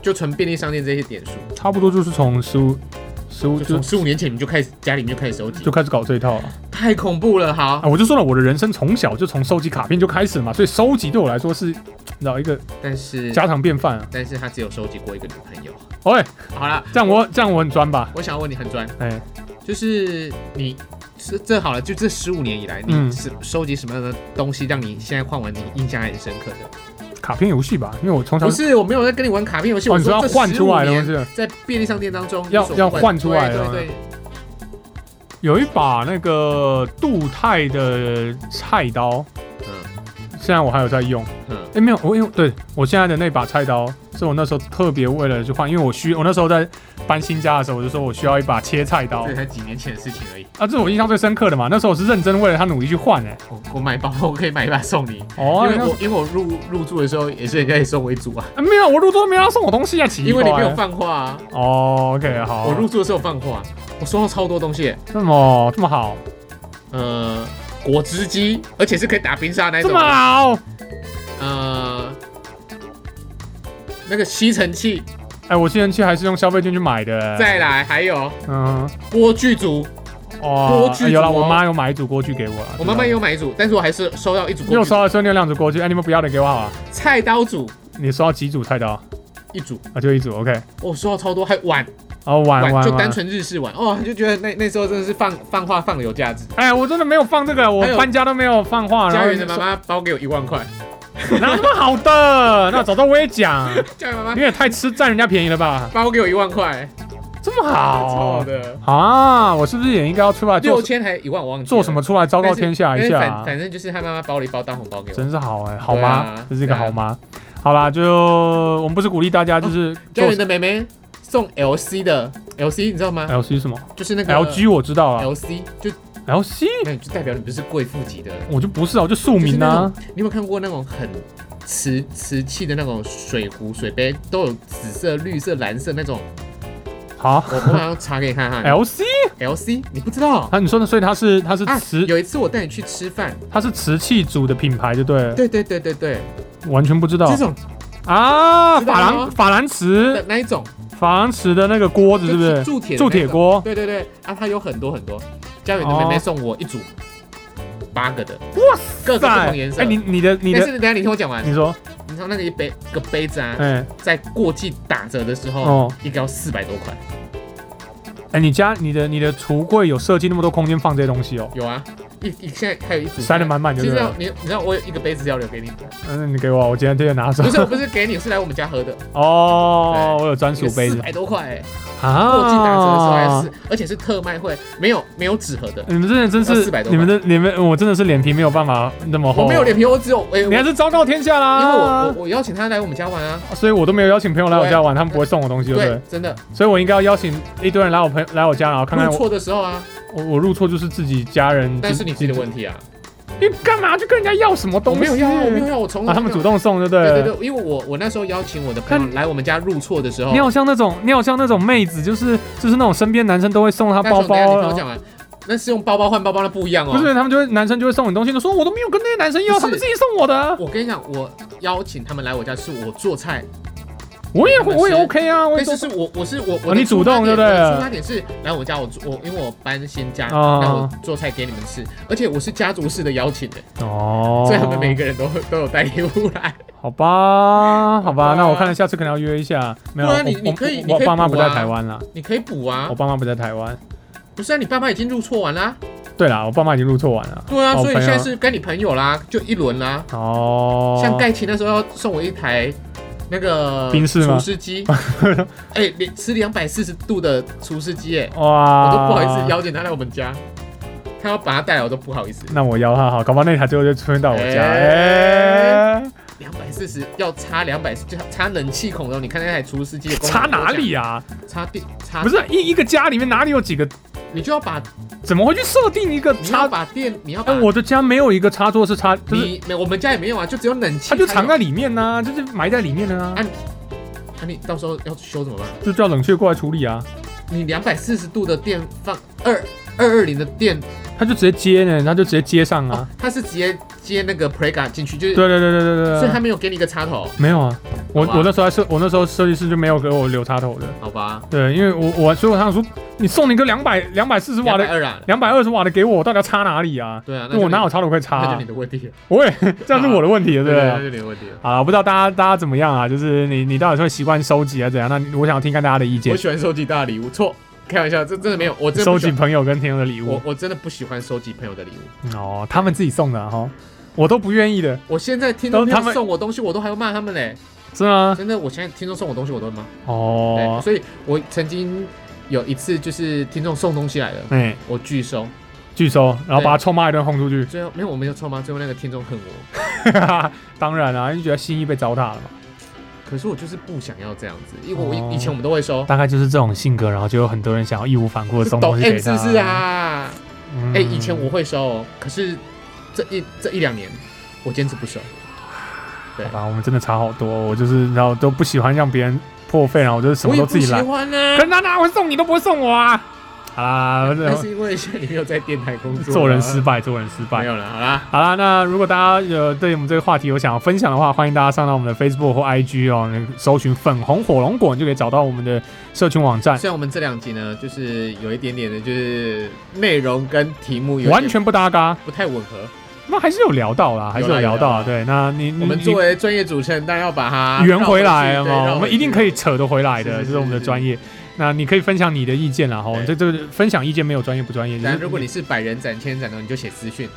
Speaker 2: 就存便利商店这些点数，
Speaker 1: 差不多就是从十五十五
Speaker 2: 就
Speaker 1: 就
Speaker 2: 从十五年前你就开始家里面就开始收集
Speaker 1: 就，开始搞这一套了。
Speaker 2: 太恐怖了。好，
Speaker 1: 啊，我就说了，我的人生从小就从收集卡片就开始嘛，所以收集对我来说是，你知道一个
Speaker 2: 但是
Speaker 1: 家常便饭啊。
Speaker 2: 但是他只有收集过一个女朋友。
Speaker 1: 喂，
Speaker 2: 好了，
Speaker 1: 这样我这样我很专吧？
Speaker 2: 我想要问你很专，
Speaker 1: 哎、
Speaker 2: 就是你这这好了，就这十五年以来，
Speaker 1: 嗯
Speaker 2: 你是收集什么样的东西让你现在换完你印象还很深刻的？
Speaker 1: 卡片游戏吧，因为我从小
Speaker 2: 不是，我没有在跟你玩卡片游戏，
Speaker 1: 哦，
Speaker 2: 我
Speaker 1: 你说要
Speaker 2: 这
Speaker 1: 换出来的
Speaker 2: 15
Speaker 1: 东
Speaker 2: 年
Speaker 1: 西，
Speaker 2: 在便利商店当中
Speaker 1: 要
Speaker 2: 你所
Speaker 1: 要
Speaker 2: 换
Speaker 1: 换出来的
Speaker 2: 对对对，
Speaker 1: 有一把那个镀钛的菜刀，
Speaker 2: 嗯
Speaker 1: 现在我还有在用。
Speaker 2: 嗯
Speaker 1: 哎、没有，我因为对我现在的那把菜刀是我那时候特别为了去换，因为我需我那时候在搬新家的时候，我就说我需要一把切菜刀
Speaker 2: 这才几年前的事情而已。
Speaker 1: 啊，这是我印象最深刻的嘛。那时候我是认真为了它努力去换哎、
Speaker 2: 我我买包，我可以买一把送你，因
Speaker 1: 哦，
Speaker 2: 为
Speaker 1: 那
Speaker 2: 我因为我入入住的时候也是人家也送为主啊，
Speaker 1: 啊没有，我入座没有要送我东西啊，奇怪。
Speaker 2: 因为你没有放话啊。
Speaker 1: 哦，OK，好，
Speaker 2: 我入住的时候放话，我收到超多东西，
Speaker 1: 这么这么好，
Speaker 2: 呃，果汁机，而且是可以打冰沙那
Speaker 1: 这
Speaker 2: 种
Speaker 1: 么啊
Speaker 2: 的，
Speaker 1: 好，
Speaker 2: 呃，那个吸尘器，
Speaker 1: 哎、我吸尘器还是用消费券去买的。欸
Speaker 2: 再，来还有
Speaker 1: 嗯，
Speaker 2: 锅具组，
Speaker 1: 哦
Speaker 2: 锅，具
Speaker 1: 哎有了，
Speaker 2: 组哦
Speaker 1: 我妈有买一组锅具给我了。
Speaker 2: 我妈妈也有买一组，但是我还是收到一组
Speaker 1: 知道，因为我
Speaker 2: 锅具组
Speaker 1: 啊收，到收到两组锅具，哎、你们不要的给我好了。
Speaker 2: 菜刀组
Speaker 1: 你收到几组菜刀啊？
Speaker 2: 一组。哦
Speaker 1: 就一组，OK。
Speaker 2: 我、收到超多，还有碗
Speaker 1: 哦，玩玩
Speaker 2: 碗就单
Speaker 1: 玩。
Speaker 2: 纯日式碗哦，就觉得那那时候真的是放放话放的有价值。
Speaker 1: 哎、我真的没有放这个，我
Speaker 2: 还有
Speaker 1: 搬家都没有放话。啊然
Speaker 2: 家
Speaker 1: 后
Speaker 2: 园的妈妈包给我一万块，
Speaker 1: 哪有那么好的？那早知道我也讲，
Speaker 2: 家园妈
Speaker 1: 你
Speaker 2: 妈
Speaker 1: 也太吃占人家便宜了吧？
Speaker 2: 包给我一万块，
Speaker 1: 这么
Speaker 2: 超好
Speaker 1: 好
Speaker 2: 的，
Speaker 1: 啊！我是不是也应该要出来
Speaker 2: 六
Speaker 1: 哦啊做
Speaker 2: 千还一万，我忘记了
Speaker 1: 做什么出来昭告天下一
Speaker 2: 但是
Speaker 1: 下、
Speaker 2: 反
Speaker 1: 啊？
Speaker 2: 反正就是他妈妈包了一包当红包给我。
Speaker 1: 真是好哎、好
Speaker 2: 对
Speaker 1: 吗？
Speaker 2: 啊
Speaker 1: 这是一个
Speaker 2: 对啊哦
Speaker 1: 好吗？好啦，就我们不是鼓励大家，就是
Speaker 2: 家
Speaker 1: 做
Speaker 2: 园的妹妹送 LC 的 LC，你知道吗？
Speaker 1: LC 什么
Speaker 2: 就是那个
Speaker 1: LG 我知道啊
Speaker 2: LC，就
Speaker 1: ，LC
Speaker 2: 那你就代表你不是贵妇级的。
Speaker 1: 我就不是啊，我就庶民啊。
Speaker 2: 你有没有看过那种很瓷瓷器的那种水壶、水杯，都有紫色、绿色、蓝色那种？
Speaker 1: 好
Speaker 2: 哦我我好像查给你看哈
Speaker 1: ，LC
Speaker 2: ，LC，你不知道
Speaker 1: 啊，你说的，所以它是它是
Speaker 2: 啊？
Speaker 1: 瓷
Speaker 2: 有一次我带你去吃饭，
Speaker 1: 它是瓷器组的品牌，就对了，
Speaker 2: 对对对对对，
Speaker 1: 完全不知道
Speaker 2: 这种
Speaker 1: 啊。
Speaker 2: 知道
Speaker 1: 法
Speaker 2: 吗
Speaker 1: 兰法兰
Speaker 2: 那
Speaker 1: 瓷
Speaker 2: 那一种
Speaker 1: 法兰瓷的那个锅子是不？
Speaker 2: 就是铸铁的
Speaker 1: 铸
Speaker 2: 那
Speaker 1: 铁
Speaker 2: 种？
Speaker 1: 锅，
Speaker 2: 对对对，啊，它有很多很多。家园的妹妹
Speaker 1: 哦
Speaker 2: 送我一组八个的，
Speaker 1: 哇
Speaker 2: 各个不
Speaker 1: 塞
Speaker 2: 同颜！色。
Speaker 1: 哎，你你的你
Speaker 2: 但
Speaker 1: 的
Speaker 2: 是等一下你听我讲完，
Speaker 1: 你说，
Speaker 2: 你知道那个一杯个杯子啊，
Speaker 1: 哎
Speaker 2: 在过季打折的时候，
Speaker 1: 哦
Speaker 2: 一个要四百多块。
Speaker 1: 哎，你家你的你的橱柜有设计那么多空间放这些东西哦，
Speaker 2: 有啊，一一现在还有一组
Speaker 1: 塞得满满就
Speaker 2: 其
Speaker 1: 对
Speaker 2: 实
Speaker 1: 了
Speaker 2: 你你知道我有一个杯子要留给你 的，
Speaker 1: 嗯，你给我啊，我今天直接拿走
Speaker 2: 不。是我不是给你，是来我们家喝的，
Speaker 1: 哦，我有专属杯子
Speaker 2: 四百多块、欸，
Speaker 1: 啊
Speaker 2: 过季打折的时候还是，而且是特卖会，没有没有纸盒的，
Speaker 1: 你们真的真
Speaker 2: 要
Speaker 1: 是
Speaker 2: 400多，块
Speaker 1: 你们的你们，我真的是脸皮没有办法那么厚。
Speaker 2: 我没有脸，皮，我只有哎、
Speaker 1: 哦你还是啊昭告天下
Speaker 2: 我
Speaker 1: 啦。
Speaker 2: 因为我我我邀请他来我们家玩啊，
Speaker 1: 所以我都没有邀请朋友来我家玩，他们不会送我东西，对不
Speaker 2: 对
Speaker 1: 对？，
Speaker 2: 真的
Speaker 1: 所以我应该要邀请一堆人来我朋来我家，然后看看嗯
Speaker 2: 入
Speaker 1: 我
Speaker 2: 错的时候啊，
Speaker 1: 我我入错就是自己家人，
Speaker 2: 但是你自己的问题啊，
Speaker 1: 自你干嘛去跟人家要什么
Speaker 2: 我
Speaker 1: 东西？
Speaker 2: 没有要啊，我没有要，我从来
Speaker 1: 啊，他们
Speaker 2: 没有
Speaker 1: 主。动送，对不对？
Speaker 2: 对对对，因为我我那时候邀请我的朋友
Speaker 1: 看
Speaker 2: 来我们家入错的时候，
Speaker 1: 你好像那种，你好像那种妹子，就是就是那种身边男生都会送她
Speaker 2: 那时候
Speaker 1: 包
Speaker 2: 等一
Speaker 1: 包，
Speaker 2: 下你听我
Speaker 1: 然后
Speaker 2: 讲完，啊那是用包包换包包，那不一样哦。
Speaker 1: 不是，他啊们就会男生就会送你东西，就说我都没有跟那些男生
Speaker 2: 不
Speaker 1: 要，
Speaker 2: 是
Speaker 1: 他们自己送我的啊，
Speaker 2: 我跟你讲，我邀请他们来我家是我做菜，
Speaker 1: 我也
Speaker 2: 他们
Speaker 1: 我也
Speaker 2: 是
Speaker 1: OK 啊，我也做
Speaker 2: 但是是我我是我我
Speaker 1: 哦
Speaker 2: 的
Speaker 1: 你
Speaker 2: 出
Speaker 1: 主
Speaker 2: 发
Speaker 1: 动
Speaker 2: 点
Speaker 1: 对不对
Speaker 2: 我的出发点是来我家我做我因为我搬新家，
Speaker 1: 哦
Speaker 2: 然后我做菜给你们吃，而且我是家族式的邀请的，
Speaker 1: 哦，
Speaker 2: 所以他们每个人都都有带礼物来。
Speaker 1: 好吧，好
Speaker 2: 好吧
Speaker 1: 吧，那我看下次可能要约一下。没有，
Speaker 2: 不
Speaker 1: 我
Speaker 2: 然你你
Speaker 1: 我
Speaker 2: 可以你
Speaker 1: 我
Speaker 2: 可以
Speaker 1: 爸妈
Speaker 2: 补
Speaker 1: 不在
Speaker 2: 啊
Speaker 1: 台湾啦，
Speaker 2: 你可以补啊
Speaker 1: 我，爸妈不在台湾。
Speaker 2: 不是啊，你爸妈已经入错完啦，
Speaker 1: 对啦，我爸妈已经入错完了。
Speaker 2: 对啊，
Speaker 1: 哦
Speaker 2: 所以
Speaker 1: 朋
Speaker 2: 现
Speaker 1: 友
Speaker 2: 在是跟你朋友啦，就一轮啦。
Speaker 1: 哦，
Speaker 2: 像盖奇那时候要送我一台那个
Speaker 1: 冰室吗
Speaker 2: 除 湿机，哎、连吃两百四十度的除湿机，哎，
Speaker 1: 哇，
Speaker 2: 我都不好意思。邀请他来我们家，他要把他带来，我都不好意思。
Speaker 1: 那我邀他好，搞不好那台最后就出现到我家。
Speaker 2: 哎
Speaker 1: 哎，
Speaker 2: 两百四十要插两百，就插冷气孔的时候，你看那台除湿机的功能
Speaker 1: 差哪里？啊？
Speaker 2: 插电，插
Speaker 1: 不，是一一个家里面哪里有几个？
Speaker 2: 你就要把
Speaker 1: 怎么会去设定一个
Speaker 2: 你要
Speaker 1: 插？
Speaker 2: 把电，你要把
Speaker 1: 哎，我的家没有一个插座是插，就是
Speaker 2: 你没我们家也没有啊，就只有冷气才
Speaker 1: 它
Speaker 2: 有，
Speaker 1: 就藏在里面呐，就是埋在里面的啊
Speaker 2: 哎，啊，你到时候要修怎么办？
Speaker 1: 就叫冷却过来处理啊。
Speaker 2: 你两百四十度的电放二二二零的电
Speaker 1: 他就直接接呢，他就直接接上啊
Speaker 2: 哦。，他是直接接那个 Prega 进去，就是，
Speaker 1: 对啊对对对对对。
Speaker 2: 所以他没有给你一个插头，
Speaker 1: 没有啊，我
Speaker 2: 好吧
Speaker 1: 我那时候还设，我那时候设计师就没有给我留插头的。
Speaker 2: 好吧？
Speaker 1: 对，因为我我所以我想说，你送你个两百两百四十瓦
Speaker 2: 两百
Speaker 1: 的
Speaker 2: 二啊，
Speaker 1: 两百二十瓦的给我，我到底要插哪里啊？
Speaker 2: 对啊，
Speaker 1: 那
Speaker 2: 就
Speaker 1: 我哪有
Speaker 2: 你
Speaker 1: 插头可以插、
Speaker 2: 那就
Speaker 1: 啊
Speaker 2: 你？的问题了，啊
Speaker 1: 我也这样是我的问题了，对啊不
Speaker 2: 那
Speaker 1: 对？
Speaker 2: 就你的问题了。
Speaker 1: 好了，我不知道大家大家怎么样啊？就是你你到底是会习惯收集还是怎样？那我想听看大家的意
Speaker 2: 我
Speaker 1: 见，
Speaker 2: 喜欢收集大的礼物，错，开玩笑，这真的没有，我真的
Speaker 1: 收
Speaker 2: 不喜
Speaker 1: 集
Speaker 2: 欢，
Speaker 1: 朋友跟听友的礼物
Speaker 2: 我我真的不喜欢收集朋友的礼物。
Speaker 1: 哦，他们自己送的哈、我都不愿意的，
Speaker 2: 我现在听众
Speaker 1: 都
Speaker 2: 朋
Speaker 1: 他
Speaker 2: 友
Speaker 1: 们
Speaker 2: 送我东西，我都还会骂他们嘞。
Speaker 1: 是吗？
Speaker 2: 真的，我现在听众送我东西，我都会骂。对，
Speaker 1: 哦，
Speaker 2: 所以我曾经有一次就是听众送东西来了，
Speaker 1: 哎、
Speaker 2: 我拒收，
Speaker 1: 拒收，然后把他臭骂一顿轰出去。
Speaker 2: 最后没有我没有错吗？最后那个听众恨我，
Speaker 1: 当然啊，因为觉得心意被糟蹋了嘛。
Speaker 2: 可是我就是不想要这样子，因为我
Speaker 1: 哦
Speaker 2: 以以前我们都会收。
Speaker 1: 大概就是这种性格，然后就有很多人想要义无反顾的
Speaker 2: 是
Speaker 1: 送
Speaker 2: 抖
Speaker 1: 东西
Speaker 2: M
Speaker 1: 给
Speaker 2: 是
Speaker 1: 他。
Speaker 2: 不是，啊？
Speaker 1: 嗯
Speaker 2: 哎、以前我会收哦，可是这一这一两年我坚持不收。
Speaker 1: 好吧，我们真的差好多。我就是然后都不喜欢让别人破费，然后我就是什
Speaker 2: 我
Speaker 1: 么
Speaker 2: 也
Speaker 1: 都
Speaker 2: 不
Speaker 1: 自己
Speaker 2: 喜
Speaker 1: 来。
Speaker 2: 欢啊，
Speaker 1: 跟他拿会送你都不会送我啊！好啦，
Speaker 2: 那是因为现在你没有在电台工作啊，
Speaker 1: 做人 失败，做人失败
Speaker 2: 没。有了，好啦，
Speaker 1: 好啦，那如果大家呃对我们这个话题有想要分享的话，欢迎大家上到我们的 Facebook 或 IG 哦，那个搜寻“粉红火龙果”，你就可以找到我们的社群网站，
Speaker 2: 虽然我们这两集呢，就是有一点点的，就是内容跟题目有一点
Speaker 1: 完全不搭嘎。
Speaker 2: 不太吻合。
Speaker 1: 那还是有聊到啦，还是有聊到啊。
Speaker 2: 有
Speaker 1: 对，那你你
Speaker 2: 我们
Speaker 1: 你
Speaker 2: 作为专业主持人，当然要把它
Speaker 1: 圆回来
Speaker 2: 绕回去对绕回
Speaker 1: 哦，
Speaker 2: 去
Speaker 1: 我们一定可以扯得回来
Speaker 2: 是
Speaker 1: 的，
Speaker 2: 是
Speaker 1: 这是我们的
Speaker 2: 是
Speaker 1: 专业。那你可以分享你的意见啦，哈，这
Speaker 2: 对
Speaker 1: 这个分享意见没有专业不专业，就
Speaker 2: 但
Speaker 1: 是
Speaker 2: 如果你是百人展、千人展的，你就写私讯。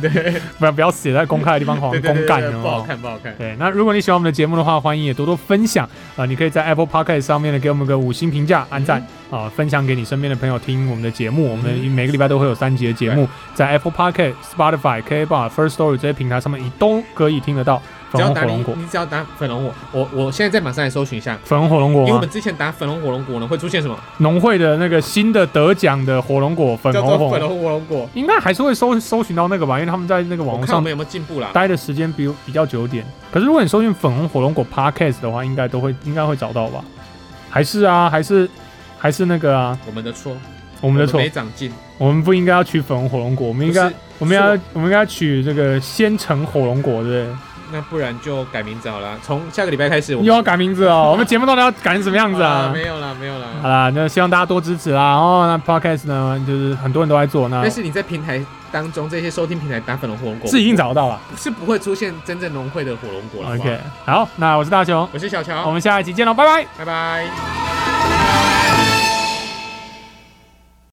Speaker 2: 对
Speaker 1: 不要不要写在公开的地方，好
Speaker 2: 对
Speaker 1: 像公
Speaker 2: 对对
Speaker 1: 干
Speaker 2: 对，
Speaker 1: 哦
Speaker 2: 不好看，不好看。
Speaker 1: 对，那如果你喜欢我们的节目的话，欢迎也多多分享啊、呃你可以在 Apple Podcast 上面呢给我们个五星评
Speaker 2: 嗯
Speaker 1: 价、按赞啊、分享给你身边的朋友听我们的节目。我们
Speaker 2: 嗯
Speaker 1: 每个礼拜都会有三集的节目，在 Apple Podcast、Spotify、K Bar、First Story 这些平台上面，你都可以听得到
Speaker 2: 只
Speaker 1: 粉
Speaker 2: 要
Speaker 1: 红
Speaker 2: 打
Speaker 1: 火
Speaker 2: 你
Speaker 1: 龙果。，
Speaker 2: 你只要打粉龙果，我我现在在马上来搜寻一下，
Speaker 1: 粉红火啊龙果
Speaker 2: 因为我
Speaker 1: 吗
Speaker 2: 们？之前打粉龙火龙果呢，会出现什么？
Speaker 1: 农会的那个新的得奖的火龙果粉
Speaker 2: 叫
Speaker 1: 红
Speaker 2: 做
Speaker 1: 火
Speaker 2: 粉
Speaker 1: 龙，
Speaker 2: 龙火龙果。
Speaker 1: 应该还是会搜搜寻到那个吧，因为他们在那个网
Speaker 2: 我
Speaker 1: 络
Speaker 2: 看我
Speaker 1: 上
Speaker 2: 们有没有进步啦？
Speaker 1: 待的时间比比较久一点。可是如果你搜寻粉红火龙果 podcast 的话，应该都会应该会找到吧？还是啊，还是还是那个啊，
Speaker 2: 我们的错，
Speaker 1: 我
Speaker 2: 我
Speaker 1: 们的错
Speaker 2: 没，长进，
Speaker 1: 我们不应该要取粉红火龙果，我们应
Speaker 2: 不
Speaker 1: 该
Speaker 2: 是
Speaker 1: 我们要我们应该取这个鲜橙火龙果，对不
Speaker 2: 那不然就改名字好了。从下个礼拜开始，我
Speaker 1: 对？
Speaker 2: 们
Speaker 1: 又要改名字哦，我们节目到底要改成什么样子啊？
Speaker 2: 啊没有啦，没有啦
Speaker 1: 好。啦，那希望大家多支持啦。哦，那 podcast 呢，就是很多人都在做，那
Speaker 2: 但是你在平台当中，这些收听平台打粉龙火龙果，
Speaker 1: 是已经找到了。
Speaker 2: 是不会出现真正融汇的火龙果了。好不好
Speaker 1: OK，好，那我是大雄，
Speaker 2: 我是小乔
Speaker 1: 我，们下一期见喽，拜拜。
Speaker 2: 拜拜。